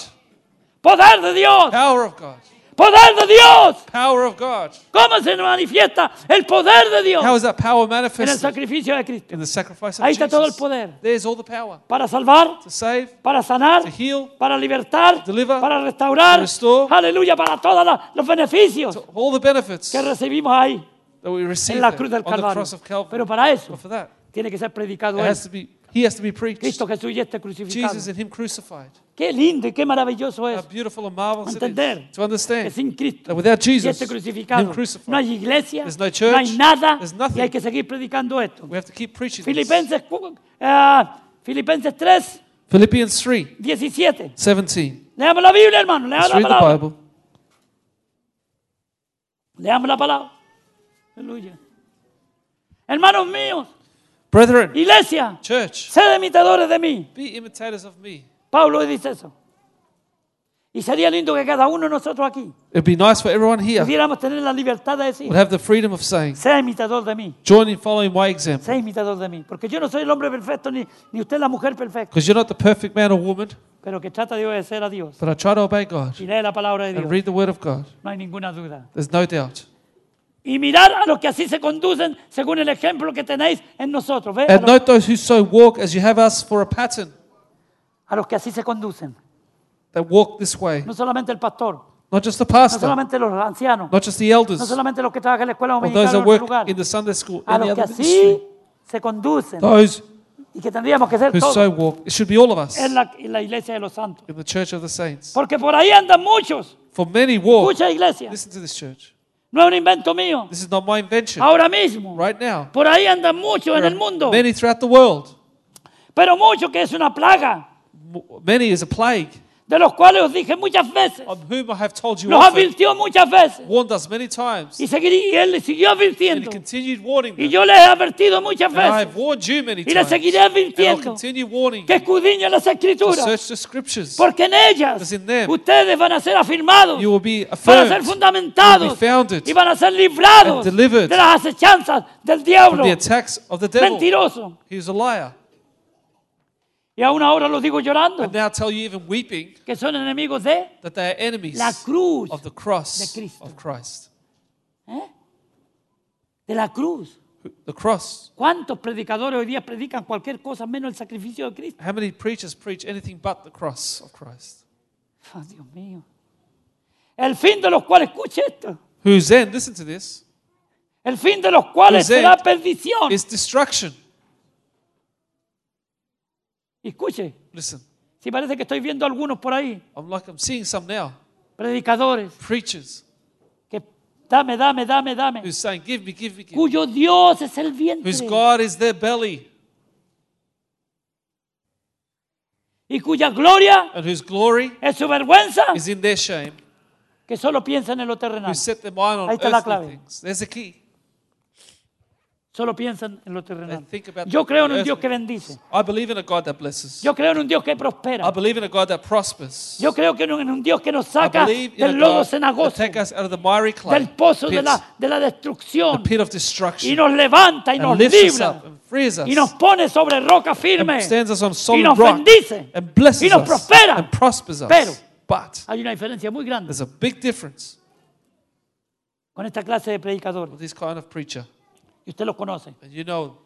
S3: Poder de Dios.
S2: Power of God.
S3: Poder de Dios.
S2: Power of God.
S3: ¿Cómo se manifiesta el poder de
S2: How
S3: Dios
S2: is that power
S3: en el
S2: manifested?
S3: sacrificio de Cristo?
S2: In the sacrifice of
S3: Ahí está todo el
S2: Jesus.
S3: poder.
S2: There's all the power
S3: Para salvar,
S2: to save,
S3: para sanar,
S2: to heal,
S3: para libertar,
S2: deliver,
S3: para restaurar.
S2: to restore.
S3: Aleluya, para todos la- los beneficios
S2: to all the benefits
S3: que recibimos ahí
S2: that we receive
S3: en la
S2: there
S3: cruz del
S2: on the
S3: Calvario.
S2: cross of Calvary.
S3: Pero para eso
S2: But for that,
S3: tiene que ser predicado
S2: it
S3: él.
S2: has to be, he has to be preached.
S3: Cristo Jesús y este crucificado.
S2: Jesus and him crucified.
S3: Qué lindo y qué maravilloso
S2: How
S3: es
S2: beautiful and marvelous it
S3: Entender.
S2: is to
S3: que
S2: understand
S3: sin Cristo
S2: that without
S3: y
S2: Jesus,
S3: este
S2: him
S3: crucificado no
S2: crucified,
S3: hay iglesia,
S2: There's no
S3: no hay
S2: church.
S3: nada
S2: There's nothing.
S3: y hay que seguir predicando esto.
S2: we have to keep preaching this.
S3: Filipenses, cu- eh, Filipenses 3,
S2: Philippians 3,
S3: 17.
S2: 17.
S3: Leamos la Biblia, hermano. Leamos
S2: Let's
S3: la
S2: read the
S3: palabra.
S2: Bible.
S3: Leamos la palabra. Aleluya. Hermanos míos,
S2: Brethren,
S3: iglesia,
S2: church,
S3: sed imitadores de mí.
S2: be imitators of me.
S3: Pablo dice eso. Y sería lindo que cada uno de nosotros aquí
S2: It'd be nice for everyone here would
S3: pudiéramos tener la libertad de decir,
S2: have the freedom of saying,
S3: sea imitador de mí,
S2: join in following my example.
S3: sea imitador de mí. Porque yo no soy el hombre perfecto, ni, ni usted la mujer perfecta,
S2: Because you're not the perfect man or woman,
S3: pero que trata de obedecer a Dios.
S2: but I try to obey God
S3: Y lee la palabra de
S2: and
S3: Dios.
S2: read the word of God.
S3: No hay ninguna duda.
S2: There's no doubt.
S3: Y mirar a los que así se conducen según el ejemplo que tenéis en nosotros. ¿Ve? A,
S2: And
S3: los,
S2: note those who so walk as you have us for a pattern
S3: a los que así se conducen.
S2: that walk this way.
S3: No solamente el pastor,
S2: Not just the
S3: no
S2: pastor,
S3: solamente los ancianos,
S2: not just the
S3: no
S2: elders,
S3: solamente los que trabajan en la escuela
S2: or
S3: dominicana
S2: those
S3: en
S2: that
S3: otro
S2: work
S3: lugar,
S2: in the Sunday school,
S3: a
S2: any
S3: los que
S2: other ministry.
S3: así se conducen
S2: Those
S3: y que tendríamos que ser
S2: who
S3: todos
S2: so walk. It should be all of us
S3: en la, en la iglesia de los santos.
S2: in the church of the saints.
S3: Porque por ahí andan muchos,
S2: For many walk.
S3: muchas iglesias.
S2: Listen to this church.
S3: No es un invento mío.
S2: This is not my invention.
S3: Ahora mismo,
S2: Right now,
S3: por ahí andan muchos en
S2: there
S3: el
S2: are
S3: mundo,
S2: many throughout the world.
S3: pero muchos que es una plaga,
S2: M- Many is a plague,
S3: de los cuales os dije muchas veces,
S2: on whom I have told Oh, you
S3: nos
S2: often,
S3: advirtió muchas veces,
S2: warned us many times,
S3: y, seguirí- y él les siguió
S2: and he
S3: advirtiendo.
S2: continued warning
S3: Y
S2: them.
S3: yo les he advertido muchas
S2: And I have
S3: veces,
S2: warned you many
S3: y les
S2: times,
S3: seguiré
S2: and I'll
S3: advirtiendo,
S2: continue warning
S3: que
S2: you
S3: escudriñen las
S2: to
S3: escrituras.
S2: search the scriptures.
S3: Porque en ellas
S2: Because in them,
S3: ustedes van a ser afirmados,
S2: You will be
S3: van a ser
S2: affirmed
S3: fundamentados
S2: be founded
S3: y van a ser librados
S2: and delivered
S3: de las acechanzas del
S2: from
S3: diablo
S2: the attacks of the devil.
S3: mentiroso.
S2: He is a liar.
S3: Y aún ahora lo digo llorando,
S2: And now tell you, even weeping,
S3: que son enemigos de
S2: that they are enemies
S3: la cruz,
S2: of the cross
S3: de Cristo.
S2: of Christ.
S3: de la cruz.
S2: The cross.
S3: ¿Cuántos predicadores hoy día predican cualquier cosa menos el sacrificio de Cristo?
S2: How many preachers preach anything but the cross of Christ?
S3: Oh, Dios mío. El fin de los cuales, escuche esto,
S2: Whose end, listen to this,
S3: el fin de los cuales
S2: Whose
S3: será
S2: end
S3: perdición.
S2: is destruction.
S3: Escuche,
S2: Listen,
S3: Si parece que estoy viendo algunos por ahí,
S2: I'm like I'm seeing some now.
S3: predicadores,
S2: Preachers
S3: que dame, dame, dame, dame,
S2: who's saying, Give me, give me, give me.
S3: cuyo Dios es el vientre
S2: Whose God is their belly,
S3: y cuya gloria
S2: and whose glory
S3: es su vergüenza,
S2: is in their shame,
S3: que solo piensan en lo terrenal,
S2: who set their mind on
S3: Ahí está la
S2: earthly
S3: clave.
S2: things. There's a key.
S3: solo piensan en lo
S2: They
S3: terrenal.
S2: think about
S3: Yo creo en un
S2: the
S3: Dios que
S2: earthly
S3: bendice,
S2: things. I believe in a God that blesses.
S3: yo creo en un Dios que
S2: I
S3: prospera,
S2: believe in a God that prospers.
S3: yo creo que en un en un Dios que nos
S2: I
S3: saca
S2: believe in
S3: del
S2: a
S3: lodo
S2: God that
S3: cenagoso,
S2: take us out of the miry clay,
S3: del pozo de
S2: pits,
S3: la, de la
S2: the
S3: destrucción,
S2: pit of
S3: y
S2: destruction,
S3: nos levanta y nos
S2: and lifts us
S3: libra
S2: up and frees us,
S3: y nos pone sobre roca firme.
S2: and stands us on
S3: y
S2: solid
S3: nos
S2: rock,
S3: bendice,
S2: and blesses
S3: y nos
S2: us,
S3: prospera.
S2: and prospers us.
S3: Pero-
S2: but
S3: Hay una diferencia muy grande
S2: there's a big difference
S3: con esta clase de predicadores.
S2: with this kind of preacher,
S3: Y usted los conoce,
S2: and you know,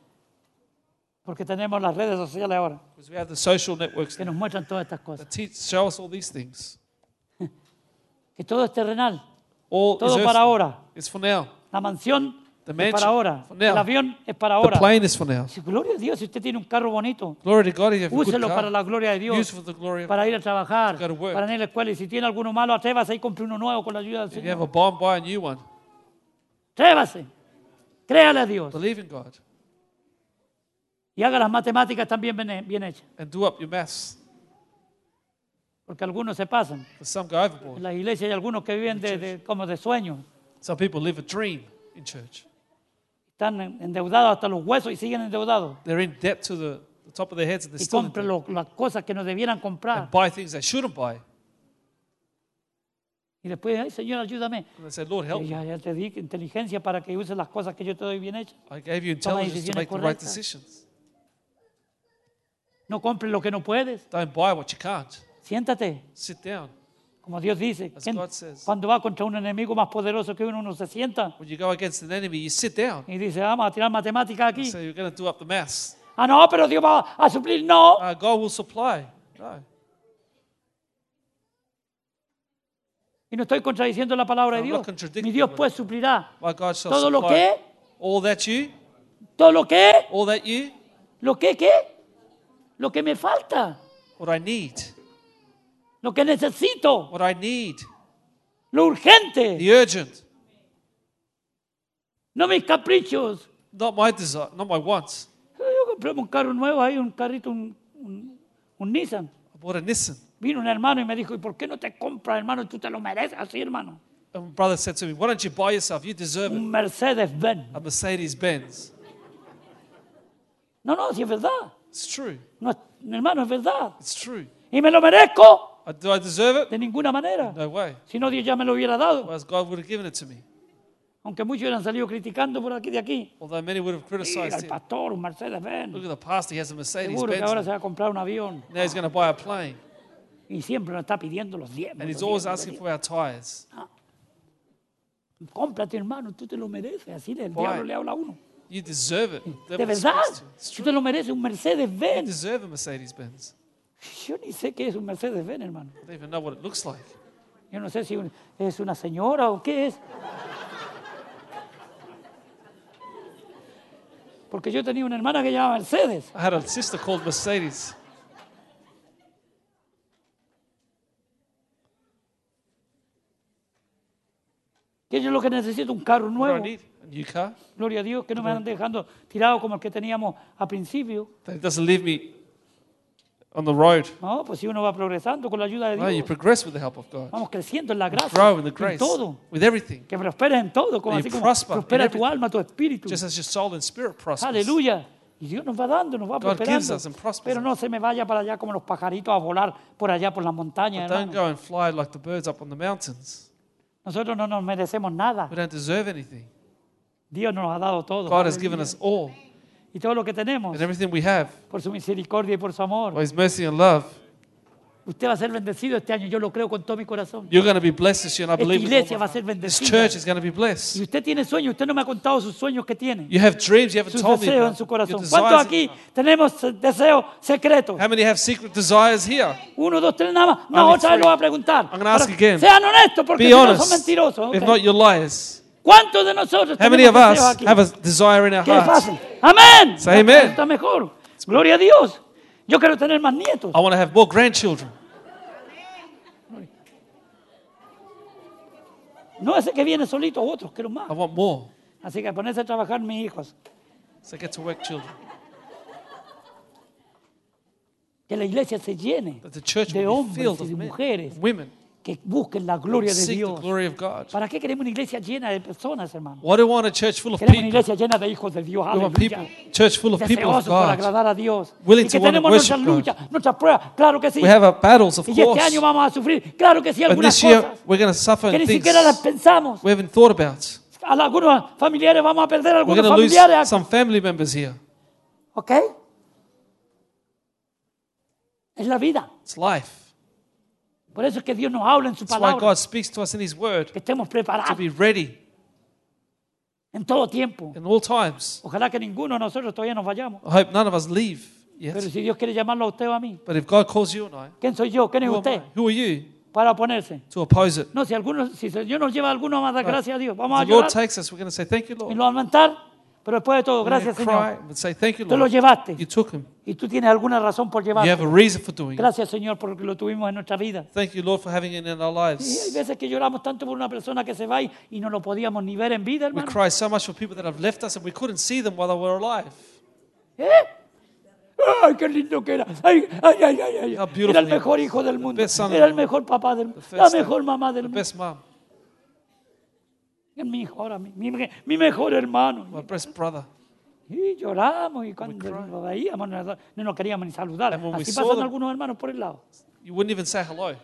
S3: porque tenemos las redes sociales ahora
S2: because we have the social networks
S3: que nos muestran todas estas cosas.
S2: that teach, show us all these things.
S3: Que todo es terrenal,
S2: All
S3: todo
S2: is earthly.
S3: para ahora.
S2: It's for now.
S3: La mansión
S2: The
S3: es para
S2: mansion,
S3: ahora,
S2: for now.
S3: el avión es para
S2: The
S3: ahora.
S2: plane is for now.
S3: Dice, Gloria a Dios, si usted tiene un carro bonito,
S2: Glory to God, if you have a good
S3: úselo
S2: car.
S3: para la gloria de
S2: Use it
S3: Dios,
S2: for the glory of God.
S3: para ir a trabajar,
S2: gotta work.
S3: para ir a la escuela. Y si tiene alguno malo, atrévase y compre uno nuevo con la ayuda del
S2: If you have
S3: Señor.
S2: a bomb, buy a new one.
S3: Atrévase, créale a Dios
S2: Believe in God
S3: y haga las matemáticas también bien bien hechas.
S2: and do up your maths.
S3: porque algunos se pasan.
S2: 'Cause some go
S3: En
S2: overboard.
S3: las iglesias hay algunos que viven de, de- como de sueños,
S2: Some people live a dream in church.
S3: están en- endeudados hasta los huesos y siguen endeudados.
S2: They're in debt to the, the top of their heads and they're
S3: Y
S2: still in
S3: compran
S2: debt.
S3: lo- las cosas que no debieran comprar.
S2: And buy things they shouldn't buy. Em-
S3: Y después, ay Señor, ayúdame.
S2: And they say, Lord, help
S3: Y
S2: me.
S3: ya, ya te di inteligencia para que uses las cosas que yo te doy bien hechas.
S2: I gave you intelligence
S3: decisiones
S2: to make the right
S3: correctas.
S2: decisions.
S3: No compres lo que no puedes.
S2: Don't buy what you can't.
S3: Siéntate,
S2: Sit down.
S3: como Dios dice.
S2: As
S3: ¿Quién-
S2: God says.
S3: cuando va contra un enemigo más poderoso que uno, uno se sienta
S2: When you go against an enemy, you sit down.
S3: y dice, "Ah, vamos a tirar matemáticas aquí.
S2: So you're going to do up the maths.
S3: Ah, no, pero Dios va a suplir. No,
S2: Uh, God will supply. No.
S3: y no estoy contradiciendo la palabra de
S2: I'm not
S3: Dios. Mi
S2: contradicting
S3: Dios
S2: what-
S3: pues suplirá
S2: My God shall
S3: Todo lo
S2: supply
S3: que-
S2: all that you,
S3: todo lo que es.
S2: all that you,
S3: ¿Lo que qué? Lo que me falta,
S2: what I need,
S3: lo que necesito,
S2: what I need,
S3: lo urgente,
S2: the urgent,
S3: no mis caprichos.
S2: not my desire, not my wants.
S3: Yo compré un carro nuevo ahí, un carrito, un, un- un Nissan.
S2: I bought a Nissan.
S3: Vino un hermano y me dijo, ¿y por qué no te compras, hermano? Tú te lo mereces así, hermano.
S2: And my brother said to me, Why don't you buy yourself? You deserve it.
S3: Un Mercedes Benz.
S2: A Mercedes Benz.
S3: No, no, si es verdad.
S2: It's true.
S3: No, es- hermano, es verdad.
S2: It's true.
S3: Y me lo merezco
S2: I, do I deserve it?
S3: de ninguna manera.
S2: No way.
S3: Si no, Dios ya me lo hubiera dado.
S2: Otherwise, God would have given it to me.
S3: Aunque muchos hubieran salido criticando por aquí de aquí.
S2: Although many would have
S3: Mira,
S2: criticized
S3: el
S2: it.
S3: pastor, un Mercedes Benz.
S2: Look at the past. He has a Mercedes
S3: Seguro que ahora
S2: Benz.
S3: se va a comprar un avión.
S2: Now he's going to buy a plane.
S3: Y siempre nos está pidiendo los diezmos.
S2: And he's
S3: los
S2: always
S3: diezmos,
S2: asking
S3: los
S2: for our tires.
S3: diezmos. Ah. Cómprate, hermano, tú te lo mereces. Así el
S2: Why?
S3: diablo le habla a uno.
S2: You deserve it. The
S3: De
S2: devil
S3: verdad,
S2: speaks to you. It's
S3: tú
S2: true.
S3: te lo mereces. Un Mercedes
S2: You
S3: Benz.
S2: deserve a Mercedes Benz.
S3: Yo ni sé qué es un Mercedes Benz, hermano.
S2: I don't even know what it looks like.
S3: Yo no sé si un- es una señora o qué es. Porque yo tenía una hermana que llamaba Mercedes.
S2: I had a sister called Mercedes.
S3: Que yo lo que necesito un carro
S2: What do I
S3: nuevo.
S2: need? A new car?
S3: Gloria a Dios que no me andan dejando tirado como el que teníamos a principio.
S2: That doesn't leave me on the road.
S3: No, pues si uno va progresando con la ayuda de
S2: No, you
S3: Dios.
S2: progress with the help of God.
S3: Vamos creciendo en la
S2: Grow in the
S3: gracia, en
S2: grace,
S3: Oh, todo.
S2: with everything,
S3: Que prosperes en todo, como
S2: May
S3: así
S2: you
S3: como
S2: prosper in
S3: prospera tu
S2: everything.
S3: alma, tu espíritu.
S2: just as your soul and spirit prosper.
S3: Aleluya. Y Dios nos va dando, nos va
S2: God gives
S3: prosperando.
S2: us and prospers
S3: Pero no se me vaya para allá como los pajaritos a volar por allá por las montañas.
S2: Don't
S3: hermano.
S2: go and fly like the birds up on the mountains.
S3: Nosotros no nos merecemos nada.
S2: We don't deserve anything.
S3: Dios nos ha dado todo.
S2: God has
S3: Aleluya.
S2: given us all
S3: Y todo lo que tenemos
S2: and everything we have
S3: por su misericordia y por su
S2: by
S3: amor.
S2: His mercy and love.
S3: Usted va a ser bendecido este año, yo lo creo con todo mi corazón.
S2: You're going to be blessed this year, and I
S3: Esta
S2: believe with all
S3: iglesia
S2: my
S3: va a ser
S2: heart. this
S3: bendecida.
S2: church is going to be
S3: Si
S2: blessed.
S3: usted tiene sueños, usted no me ha contado sus sueños que tiene.
S2: You have dreams you haven't
S3: Sus
S2: told me
S3: deseos
S2: about.
S3: en su
S2: Your
S3: corazón. ¿Cuántos
S2: desires-
S3: aquí tenemos eh, deseos secretos?
S2: How many have secret desires here?
S3: Uno, dos, tres, nada más. No,
S2: Only
S3: otra vez
S2: three.
S3: lo va a preguntar.
S2: I'm gonna ask
S3: Pero
S2: again.
S3: Sean honestos porque
S2: Be
S3: si no son
S2: honest.
S3: mentirosos.
S2: If
S3: ok.
S2: not, you're liars.
S3: ¿Cuántos de nosotros
S2: How many of
S3: tenemos deseos
S2: us
S3: aquí?
S2: have a desire in our
S3: ¿Qué es
S2: hearts?
S3: fácil? Amén.
S2: Say amen.
S3: Está mejor. Gloria a Dios. Yo quiero tener más nietos.
S2: I want to have more grandchildren.
S3: No ese que viene solito, otros, quiero más.
S2: I want more.
S3: Así que ponerse a trabajar mis hijos.
S2: So get to work, children.
S3: Que la iglesia se llene
S2: That the church
S3: de
S2: will be filled
S3: hombres
S2: with
S3: y de
S2: men,
S3: mujeres
S2: women
S3: que busquen la
S2: who
S3: gloria de
S2: seek the
S3: Dios.
S2: glory of God.
S3: ¿Para qué queremos una iglesia llena de personas, hermano?
S2: What do we want? A church full of
S3: Queremos una
S2: people.
S3: iglesia llena de hijos de Dios.
S2: We want
S3: Aleluya.
S2: people, church full of people of
S3: Deseosos por
S2: God.
S3: agradar a Dios.
S2: Willing
S3: y que
S2: to wanna
S3: tenemos nuestras
S2: worship God.
S3: luchas, nuestras pruebas. Claro que sí.
S2: We have our battles, of
S3: Y este
S2: course.
S3: año vamos a sufrir. Claro que sí,
S2: But
S3: algunas
S2: this year,
S3: cosas
S2: we're going to suffer
S3: que
S2: in
S3: ni
S2: things
S3: siquiera las
S2: we
S3: pensamos.
S2: haven't thought about.
S3: A algunos familiares vamos a perder a
S2: We're
S3: algunos
S2: going to lose
S3: familiares. a-
S2: some family members here.
S3: ¿Ok? Es la vida.
S2: It's life.
S3: Por eso es que Dios nos habla en su
S2: That's why
S3: palabra.
S2: God speaks to us in His Word
S3: Que estemos
S2: to
S3: preparados
S2: be ready
S3: en todo tiempo.
S2: in all times.
S3: Ojalá que ninguno de nosotros todavía nos vayamos.
S2: I hope none of us leave
S3: Pero
S2: yet.
S3: si Dios quiere llamarlo a usted o a mí,
S2: But if God calls you and I,
S3: ¿quién soy yo? ¿Quién es
S2: who am I?
S3: usted?
S2: Who are you
S3: Para oponerse.
S2: to oppose it?
S3: No, si algunos, si Dios nos lleva a alguno, vamos a dar gracias a Dios. Vamos a
S2: If the Lord
S3: llorar
S2: takes us, we're going to say, Thank you,
S3: y
S2: Lord.
S3: lo vamos a lamentar, pero después de todo,
S2: We're gonna
S3: gracias
S2: cry
S3: Señor.
S2: and say, Thank you,
S3: Tú lo
S2: Lord. You
S3: llevaste
S2: took him.
S3: y tú tienes alguna razón por
S2: You
S3: llevarlo.
S2: have a reason for doing it.
S3: Gracias Señor porque lo tuvimos en nuestra vida.
S2: Thank you, Lord, for having it in our
S3: Y hay
S2: lives.
S3: veces que lloramos tanto por una persona que se va y, y no lo podíamos ni ver en vida,
S2: We
S3: hermano.
S2: cry so much for people that have left us and we couldn't see them while they were alive.
S3: ¿Eh? ¡Ay, qué lindo que era! ¡Ay, ay, ay! ay, ay.
S2: How beautiful
S3: Era el
S2: he
S3: mejor
S2: was.
S3: hijo del mundo.
S2: best son in
S3: Era
S2: the
S3: el mejor papá del mundo.
S2: first
S3: La
S2: son.
S3: mejor mamá del
S2: The
S3: mundo.
S2: best mom,
S3: Mi mejor, ami- mi, mi- mi mejor hermano.
S2: my best brother.
S3: Y lloramos y cuando
S2: cried.
S3: lo veíamos no nos- no nos queríamos ni saludar.
S2: And when we
S3: Así
S2: saw
S3: pasan
S2: them-
S3: algunos hermanos por el lado.
S2: You wouldn't even say hello.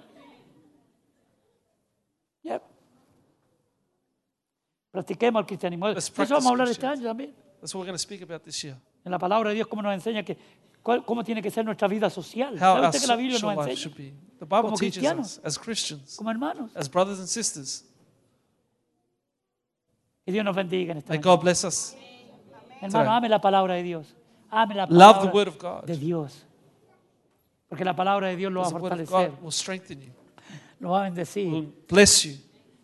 S3: Yep. Practiquemos el cristianismo. De
S2: Let's
S3: eso vamos a hablar
S2: practice
S3: este año también.
S2: That's what we're going to speak about this year.
S3: En la palabra de Dios, cómo nos enseña que cuál- cómo tiene que ser nuestra vida social.
S2: How
S3: ¿Sabe
S2: our
S3: usted que la Biblia
S2: social
S3: nos
S2: life
S3: enseña?
S2: should be. The Bible
S3: Como
S2: teaches
S3: cristianos.
S2: us as Christians,
S3: Como hermanos.
S2: as brothers and sisters.
S3: Que Dios nos bendiga en esta
S2: May
S3: mañana.
S2: God bless us.
S3: Hermano,
S2: Today.
S3: ame la palabra de Dios. Ame la
S2: Love
S3: palabra
S2: the word of God.
S3: de Dios. Porque la palabra de Dios lo va a
S2: The word of God
S3: fortalecer,
S2: will strengthen you,
S3: lo va a bendecir.
S2: will bless you.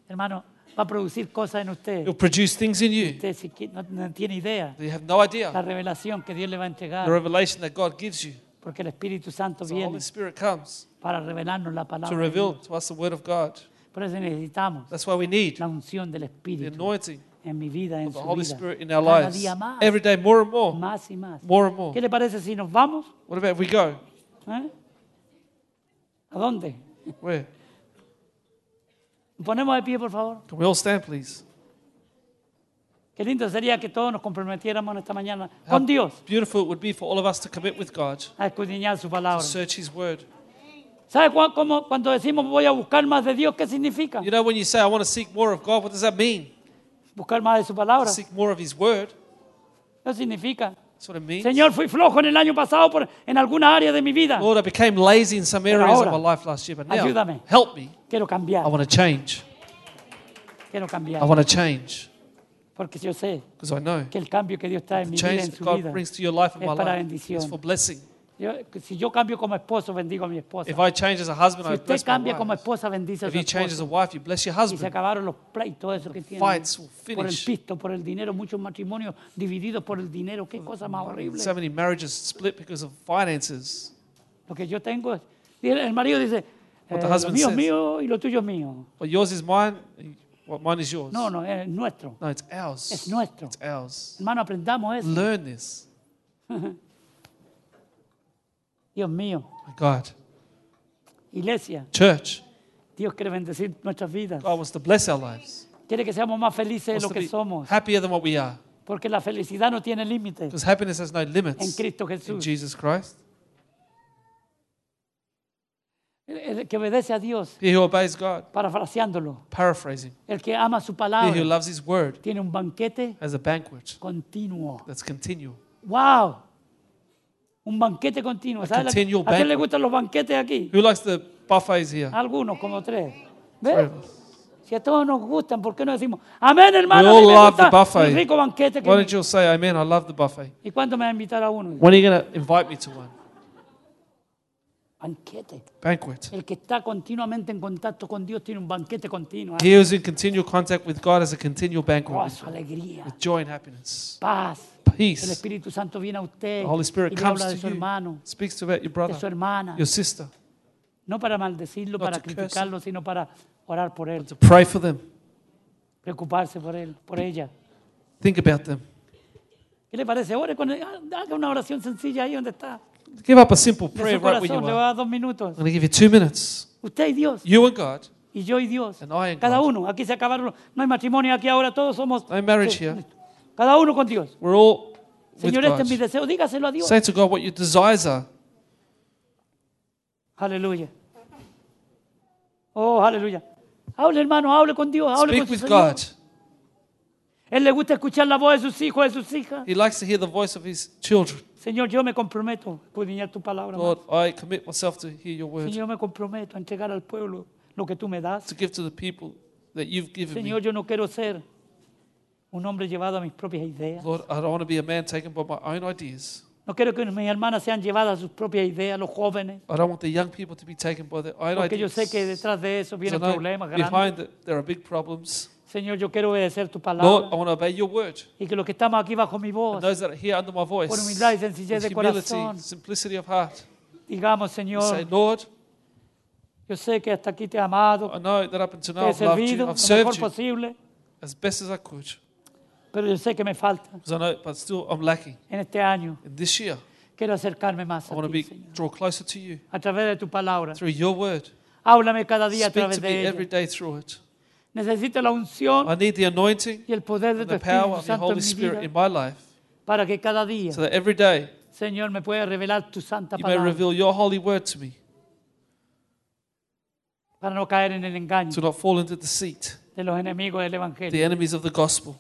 S3: Hermano, va a producir cosas en usted.
S2: It'll produce things in you
S3: Usted si qui- no, no tiene idea
S2: that you have no
S3: la
S2: idea.
S3: revelación que Dios le va a
S2: The
S3: entregar.
S2: revelation that God gives you.
S3: Porque el Espíritu Santo
S2: The
S3: viene
S2: Holy Spirit comes
S3: para revelarnos la
S2: to
S3: palabra. de
S2: reveal
S3: Dios.
S2: to us the word of God.
S3: Por eso necesitamos
S2: That's why we need
S3: la unción del
S2: the
S3: Espíritu
S2: anointing
S3: en mi vida, en
S2: of the
S3: su
S2: Holy
S3: vida.
S2: Spirit in our
S3: Cada
S2: lives.
S3: día más,
S2: Every day, more and more.
S3: más y más.
S2: More and more.
S3: ¿Qué le parece si nos vamos?
S2: What about if we go?
S3: ¿Eh? ¿A dónde?
S2: Where?
S3: Nos Ponemos de pie, por favor.
S2: Can we all stand, please?
S3: Qué lindo sería que todos nos comprometiéramos en esta mañana
S2: How
S3: con Dios
S2: beautiful it would be for all of us to commit with God,
S3: a escudriñar su
S2: to
S3: palabra.
S2: search His word.
S3: ¿Sabe cua- cómo- cuando decimos voy a buscar más de Dios, qué significa?
S2: You know, when you say, I want to seek more of God, what does that mean?
S3: Buscar más de su palabra.
S2: Seek more of His word.
S3: Eso significa,
S2: That's what it means.
S3: Señor, fui flojo en el año pasado por, en alguna área de mi vida.
S2: Lord, I became lazy in some areas of
S3: ahora,
S2: my life last year, but now
S3: ayúdame.
S2: help me.
S3: Quiero cambiar,
S2: I want to change.
S3: quiero cambiar.
S2: I want to change
S3: Porque yo sé
S2: because I know
S3: que el cambio que Dios trae en
S2: the
S3: mi vida,
S2: change
S3: en
S2: that
S3: su
S2: God
S3: vida.
S2: brings to your life and
S3: es
S2: my
S3: para
S2: life
S3: bendición.
S2: is for blessing.
S3: Yo- que si yo cambio como esposo, bendigo a mi esposa.
S2: If I change as a husband,
S3: Si
S2: I
S3: usted
S2: bless my
S3: cambia como
S2: wife.
S3: esposa, bendice a
S2: If
S3: su
S2: you change as
S3: esposo.
S2: a wife, you bless your
S3: Y se
S2: husband.
S3: acabaron los pleitos, eso que tienen.
S2: Fights will
S3: Por el
S2: finish.
S3: pisto, por el dinero, muchos matrimonios divididos por el dinero. Qué cosa más horrible.
S2: So many marriages split because of finances.
S3: Lo que yo tengo es. y El el marido dice:
S2: What
S3: eh,
S2: the
S3: Lo
S2: husband
S3: mío es
S2: says.
S3: mío y lo tuyo es mío.
S2: Well, yours is mine. Well, mine is yours.
S3: No, no, es nuestro.
S2: No, it's ours.
S3: Es nuestro.
S2: It's ours.
S3: Hermano, aprendamos eso.
S2: Learn this.
S3: Dios mío.
S2: My God.
S3: Iglesia,
S2: Church.
S3: Dios quiere bendecir nuestras vidas.
S2: God wants to bless our lives.
S3: Quiere que seamos más felices de
S2: Wants
S3: lo
S2: to
S3: que
S2: Oh. be
S3: somos.
S2: happier than what we are.
S3: Porque la felicidad no tiene límites.
S2: Because happiness has no
S3: en
S2: limits
S3: Cristo
S2: in
S3: Jesús.
S2: Jesus Christ.
S3: El- El que obedece a Dios,
S2: He who obeys God,
S3: parafraseándolo,
S2: paraphrasing,
S3: el que ama su
S2: he who
S3: palabra,
S2: loves his word
S3: tiene un banquete
S2: as a banquet
S3: continuo.
S2: that's continual.
S3: ¡Wow! Un banquete continuo. ¿Sabes la-
S2: continual
S3: ¿A quién le
S2: banquet.
S3: gustan los banquetes aquí?
S2: Who likes the buffets here?
S3: Algunos, como tres.
S2: Three
S3: ¿Ves?
S2: of us.
S3: Si a todos nos gustan, ¿por qué no decimos, amén, hermano?
S2: all
S3: a mí me
S2: love
S3: gusta
S2: the buffet.
S3: el rico banquete que
S2: Why
S3: me-".
S2: don't you all say amen? I love the buffet.
S3: ¿Y cuándo me va a invitar a uno?
S2: When are you going to invite me to one?
S3: Banquete.
S2: Banquet.
S3: El que está continuamente en contacto con Dios tiene un banquete continuo. ¿eh?
S2: He who's in continual contact with God as a continual banquet
S3: Oh,
S2: with
S3: su alegría,
S2: joy and happiness,
S3: paz, El
S2: peace.
S3: Espíritu Santo viene a usted
S2: The Holy
S3: y
S2: Spirit
S3: le
S2: comes
S3: habla
S2: to
S3: de su
S2: you,
S3: hermano,
S2: speaks to about your
S3: de su
S2: brother,
S3: hermana,
S2: your sister,
S3: no para maldecirlo,
S2: Not
S3: para
S2: to curse
S3: criticarlo, sino para orar por él,
S2: to pray for them,
S3: preocuparse por él, por ella.
S2: think about them.
S3: ¿Qué le parece? Ore con él, Ah, haga una oración sencilla ahí donde está.
S2: Give up a simple
S3: De
S2: prayer
S3: su
S2: right where you
S3: corazón le va a
S2: are.
S3: dar dos minutos.
S2: I'm going to give you two minutes.
S3: Usted y Dios,
S2: You and God.
S3: y yo y Dios.
S2: And I and
S3: Cada
S2: God.
S3: uno. Aquí se acabaron. No hay matrimonio aquí ahora. Todos somos.
S2: No marriage here.
S3: Cada uno con Dios.
S2: We're all with
S3: Señor, este es mi
S2: God.
S3: deseo. Dígaselo a Dios.
S2: Say to God what your desires are.
S3: Aleluya. Oh, aleluya. Hable, hermano, hable con Dios, hable
S2: Speak
S3: con su
S2: with
S3: Señor.
S2: God.
S3: Él le gusta escuchar la voz de sus hijos, de sus hijas.
S2: He likes to hear the voice of his children.
S3: Señor, yo me comprometo a escudriñar tu palabra.
S2: Lord,
S3: más.
S2: I commit myself to hear your
S3: Señor,
S2: word,
S3: yo me comprometo a entregar al pueblo lo que tú me das.
S2: to give to the people that you've given me.
S3: Señor, yo no quiero ser un hombre llevado a mis propias ideas.
S2: Lord, I don't want to be a man taken by my own ideas.
S3: No quiero que mis hermanas sean llevadas a sus propias ideas, los jóvenes.
S2: I don't want the young people to be taken by their own
S3: Porque yo
S2: ideas.
S3: sé que detrás de eso
S2: So
S3: vienen
S2: now,
S3: problemas grandes.
S2: behind it, there are big problems.
S3: Señor, yo quiero obedecer tu
S2: Lord, I
S3: palabra.
S2: want to obey your word.
S3: Y que los que estamos aquí bajo mi
S2: And
S3: voz,
S2: those that are here under my voice,
S3: Por humildad y sencillez
S2: with
S3: de
S2: humility,
S3: corazón.
S2: simplicity of heart,
S3: digamos,
S2: you say,
S3: Señor,
S2: Lord,
S3: yo sé que hasta aquí te he amado,
S2: I know that up until
S3: te
S2: now
S3: he
S2: I've loved you,
S3: servido lo
S2: I've served
S3: mejor
S2: you
S3: posible,
S2: as best as I could,
S3: pero yo sé que me falta
S2: 'Cause I know, but still I'm lacking.
S3: en este año.
S2: And this year,
S3: Quiero acercarme más
S2: I want
S3: a
S2: to
S3: ti,
S2: be
S3: Señor,
S2: draw closer to you
S3: a través de tu palabra.
S2: through your word.
S3: Háblame cada día a
S2: Speak
S3: través
S2: to me
S3: de
S2: every
S3: ella.
S2: day through it.
S3: Necesito la unción
S2: I need the anointing
S3: y el poder de
S2: and
S3: tu
S2: the power
S3: Espíritu
S2: of the
S3: Santo en
S2: Holy
S3: mi
S2: Spirit in
S3: vida
S2: my life,
S3: para que cada día,
S2: so that every day
S3: Señor, me pueda revelar tu santa
S2: you may
S3: palabra
S2: reveal your holy word to me,
S3: para no caer en el engaño
S2: to not fall into deceit,
S3: de los enemigos del Evangelio.
S2: the enemies of the gospel.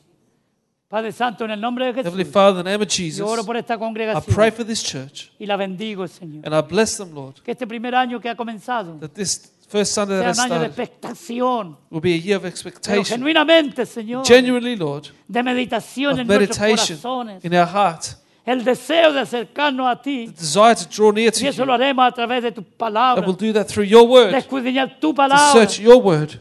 S3: Padre Santo, en el nombre de
S2: Heavenly
S3: Jesús,
S2: Father, in the name of
S3: yo oro
S2: Jesus,
S3: por esta
S2: I pray
S3: congregación
S2: for this church
S3: y la bendigo, Señor.
S2: and I bless them, Lord,
S3: Que este primer año que ha comenzado
S2: that this first Sunday that
S3: sea
S2: I
S3: un año de
S2: started
S3: expectación,
S2: will be a year of
S3: pero
S2: expectation,
S3: genuinamente, Señor,
S2: genuinely, Lord,
S3: de meditación
S2: of
S3: en nuestros
S2: meditation
S3: corazones,
S2: in our heart,
S3: el deseo de acercarnos a ti,
S2: the desire to draw near to
S3: y
S2: you,
S3: eso lo haremos a través de tu
S2: and
S3: palabra,
S2: we'll do that through your
S3: de
S2: word,
S3: escudriñar tu
S2: to
S3: palabra,
S2: search your word,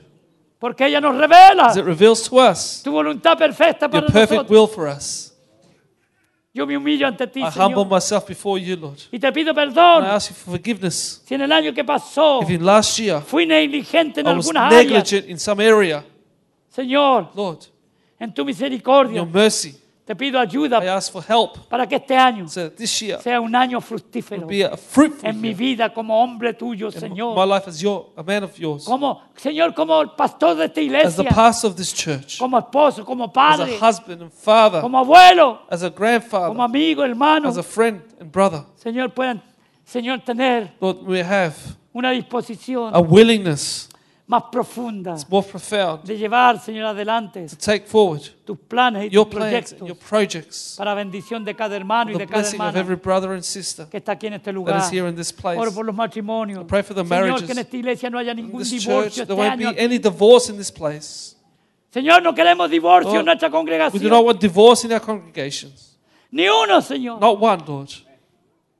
S3: porque ella nos
S2: as it
S3: revela
S2: reveals to us
S3: tu voluntad perfecta
S2: your
S3: para
S2: perfect
S3: nosotros.
S2: will for us.
S3: Yo me humillo ante ti,
S2: I humble
S3: Señor,
S2: myself before you, Lord.
S3: y te pido
S2: And I
S3: perdón
S2: ask you for forgiveness.
S3: si en el año que pasó
S2: If in last year
S3: fui negligente en
S2: I was
S3: algunas áreas.
S2: negligent in some area,
S3: Señor,
S2: Lord,
S3: en tu
S2: in your
S3: misericordia
S2: mercy,
S3: te pido
S2: I
S3: ayuda
S2: ask for help
S3: para que este año
S2: so that this year
S3: sea un año fructífero
S2: will be a fruitful
S3: en mi
S2: year.
S3: vida como hombre tuyo,
S2: In my
S3: Señor.
S2: life as your, a man of yours,
S3: Como, Señor, como el pastor de
S2: as
S3: esta
S2: the
S3: iglesia,
S2: pastor of this church,
S3: como esposo, como
S2: as a
S3: padre,
S2: husband and father,
S3: como abuelo,
S2: as a
S3: como
S2: grandfather,
S3: amigo, hermano.
S2: as a friend and brother.
S3: Señor, puedan, Señor, tener
S2: Lord, we have
S3: una disposición
S2: a willingness
S3: más profunda
S2: more profound
S3: de llevar, Señor, adelante
S2: to take forward
S3: tus planes y tus
S2: your plans and your
S3: proyectos
S2: projects,
S3: para bendición de cada hermano y
S2: for the
S3: de cada
S2: blessing of
S3: hermana.
S2: every brother and sister.
S3: que está aquí en este
S2: that
S3: lugar.
S2: is here in this place.
S3: Oro por los matrimonios.
S2: pray for the
S3: Señor,
S2: marriages.
S3: que en esta iglesia no haya
S2: In
S3: ningún
S2: this church,
S3: divorcio
S2: there
S3: este
S2: won't
S3: año.
S2: be
S3: aquí.
S2: any divorce in this place.
S3: Señor, no queremos divorcio
S2: Lord,
S3: en nuestra
S2: Oh, We do not
S3: congregación.
S2: want divorce in our congregations.
S3: Ni uno, Señor.
S2: Not one, Lord.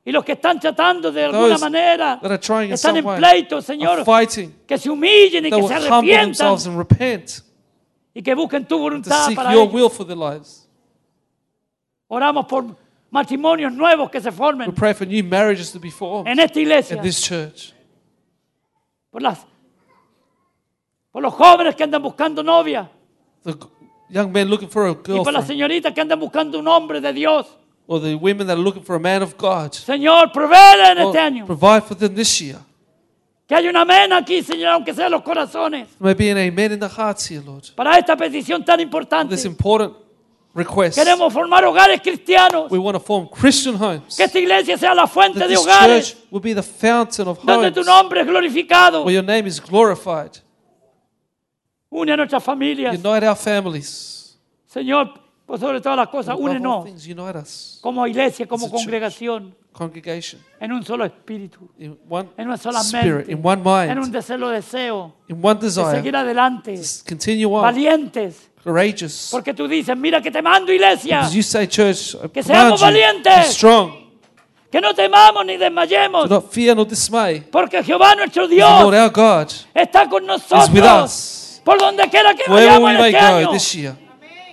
S3: Y los que están tratando de alguna manera,
S2: That are trying in
S3: están
S2: some
S3: en
S2: way,
S3: pleito,
S2: are
S3: Señor,
S2: fighting.
S3: que se humillen y
S2: They
S3: que
S2: will
S3: se
S2: humble
S3: arrepientan
S2: themselves and repent
S3: y que busquen tu
S2: to
S3: voluntad
S2: seek
S3: para
S2: your
S3: ellos.
S2: will for their lives.
S3: Oramos por matrimonios nuevos que se
S2: We
S3: formen
S2: pray for new marriages to be formed
S3: en esta iglesia.
S2: in this church.
S3: Por, las, por los jóvenes que andan buscando novia
S2: The g- young men looking for a
S3: y por las
S2: girlfriend,
S3: señoritas que andan buscando un hombre de Dios.
S2: or the women that are looking for a man of God.
S3: Señor, provee en
S2: Lord,
S3: este año.
S2: provide for them this year.
S3: Que haya un amén aquí, Señor, aunque sea en los corazones.
S2: There may be an amen in the hearts here, Lord.
S3: Para esta petición tan importante.
S2: This important request.
S3: Queremos formar hogares cristianos.
S2: We want to form Christian homes.
S3: Que esta iglesia sea la fuente
S2: that
S3: de
S2: this
S3: hogares.
S2: church will be the fountain of
S3: Donde
S2: homes
S3: tu nombre es glorificado.
S2: where your name is glorified.
S3: Une a nuestras familias.
S2: Unite our families.
S3: Señor, por sobre todas las cosas,
S2: Above all
S3: únenos.
S2: things, unite us,
S3: Como iglesia, como
S2: As a church.
S3: congregación.
S2: congregation,
S3: En un solo espíritu.
S2: in one
S3: En una sola
S2: spirit,
S3: mente.
S2: in one
S3: En un
S2: mind,
S3: deseo, deseo
S2: in one
S3: de
S2: desire.
S3: seguir adelante.
S2: Just Continue on,
S3: Valientes.
S2: courageous.
S3: Porque tú dices, mira que te mando iglesia.
S2: As you say, church, I
S3: Que
S2: command
S3: seamos
S2: you, be
S3: valientes.
S2: strong.
S3: Que no temamos ni
S2: Do
S3: desmayemos.
S2: not fear nor dismay.
S3: Porque Jehová nuestro
S2: The
S3: Dios
S2: Lord our God
S3: está con
S2: is with
S3: nosotros
S2: us
S3: por donde quiera que
S2: wherever we
S3: vayamos en
S2: may
S3: este
S2: go
S3: año.
S2: this year.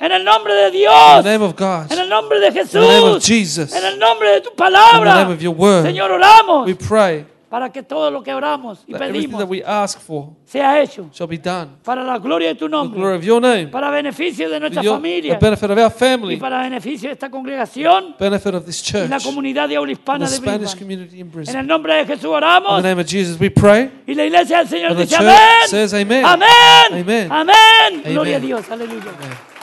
S3: En el nombre de
S2: In the
S3: Dios.
S2: name of God.
S3: En el nombre de Jesús.
S2: name of Jesus.
S3: En el nombre de tu palabra.
S2: In the name of your word.
S3: Señor, oramos
S2: We pray
S3: para que todo lo que oramos y
S2: that everything that
S3: pedimos
S2: we ask for
S3: sea hecho
S2: shall be done.
S3: para la gloria de tu
S2: For the glory
S3: nombre,
S2: of your name.
S3: para beneficio de
S2: For
S3: nuestra
S2: your- the
S3: familia
S2: benefit of our
S3: y
S2: family.
S3: para beneficio de esta congregación
S2: Benefit of this
S3: y
S2: church.
S3: la
S2: and
S3: comunidad de habla
S2: The
S3: hispana de
S2: Spanish
S3: Brisbane.
S2: community in
S3: En
S2: Brisbane.
S3: el nombre de Jesús
S2: In the
S3: oramos
S2: name of Jesus we pray.
S3: y la iglesia del Señor
S2: And the
S3: dice
S2: church
S3: amén.
S2: says amen.
S3: Amén.
S2: Amen.
S3: Amén. Gloria a
S2: Amen.
S3: Dios. Aleluya.
S2: Amen.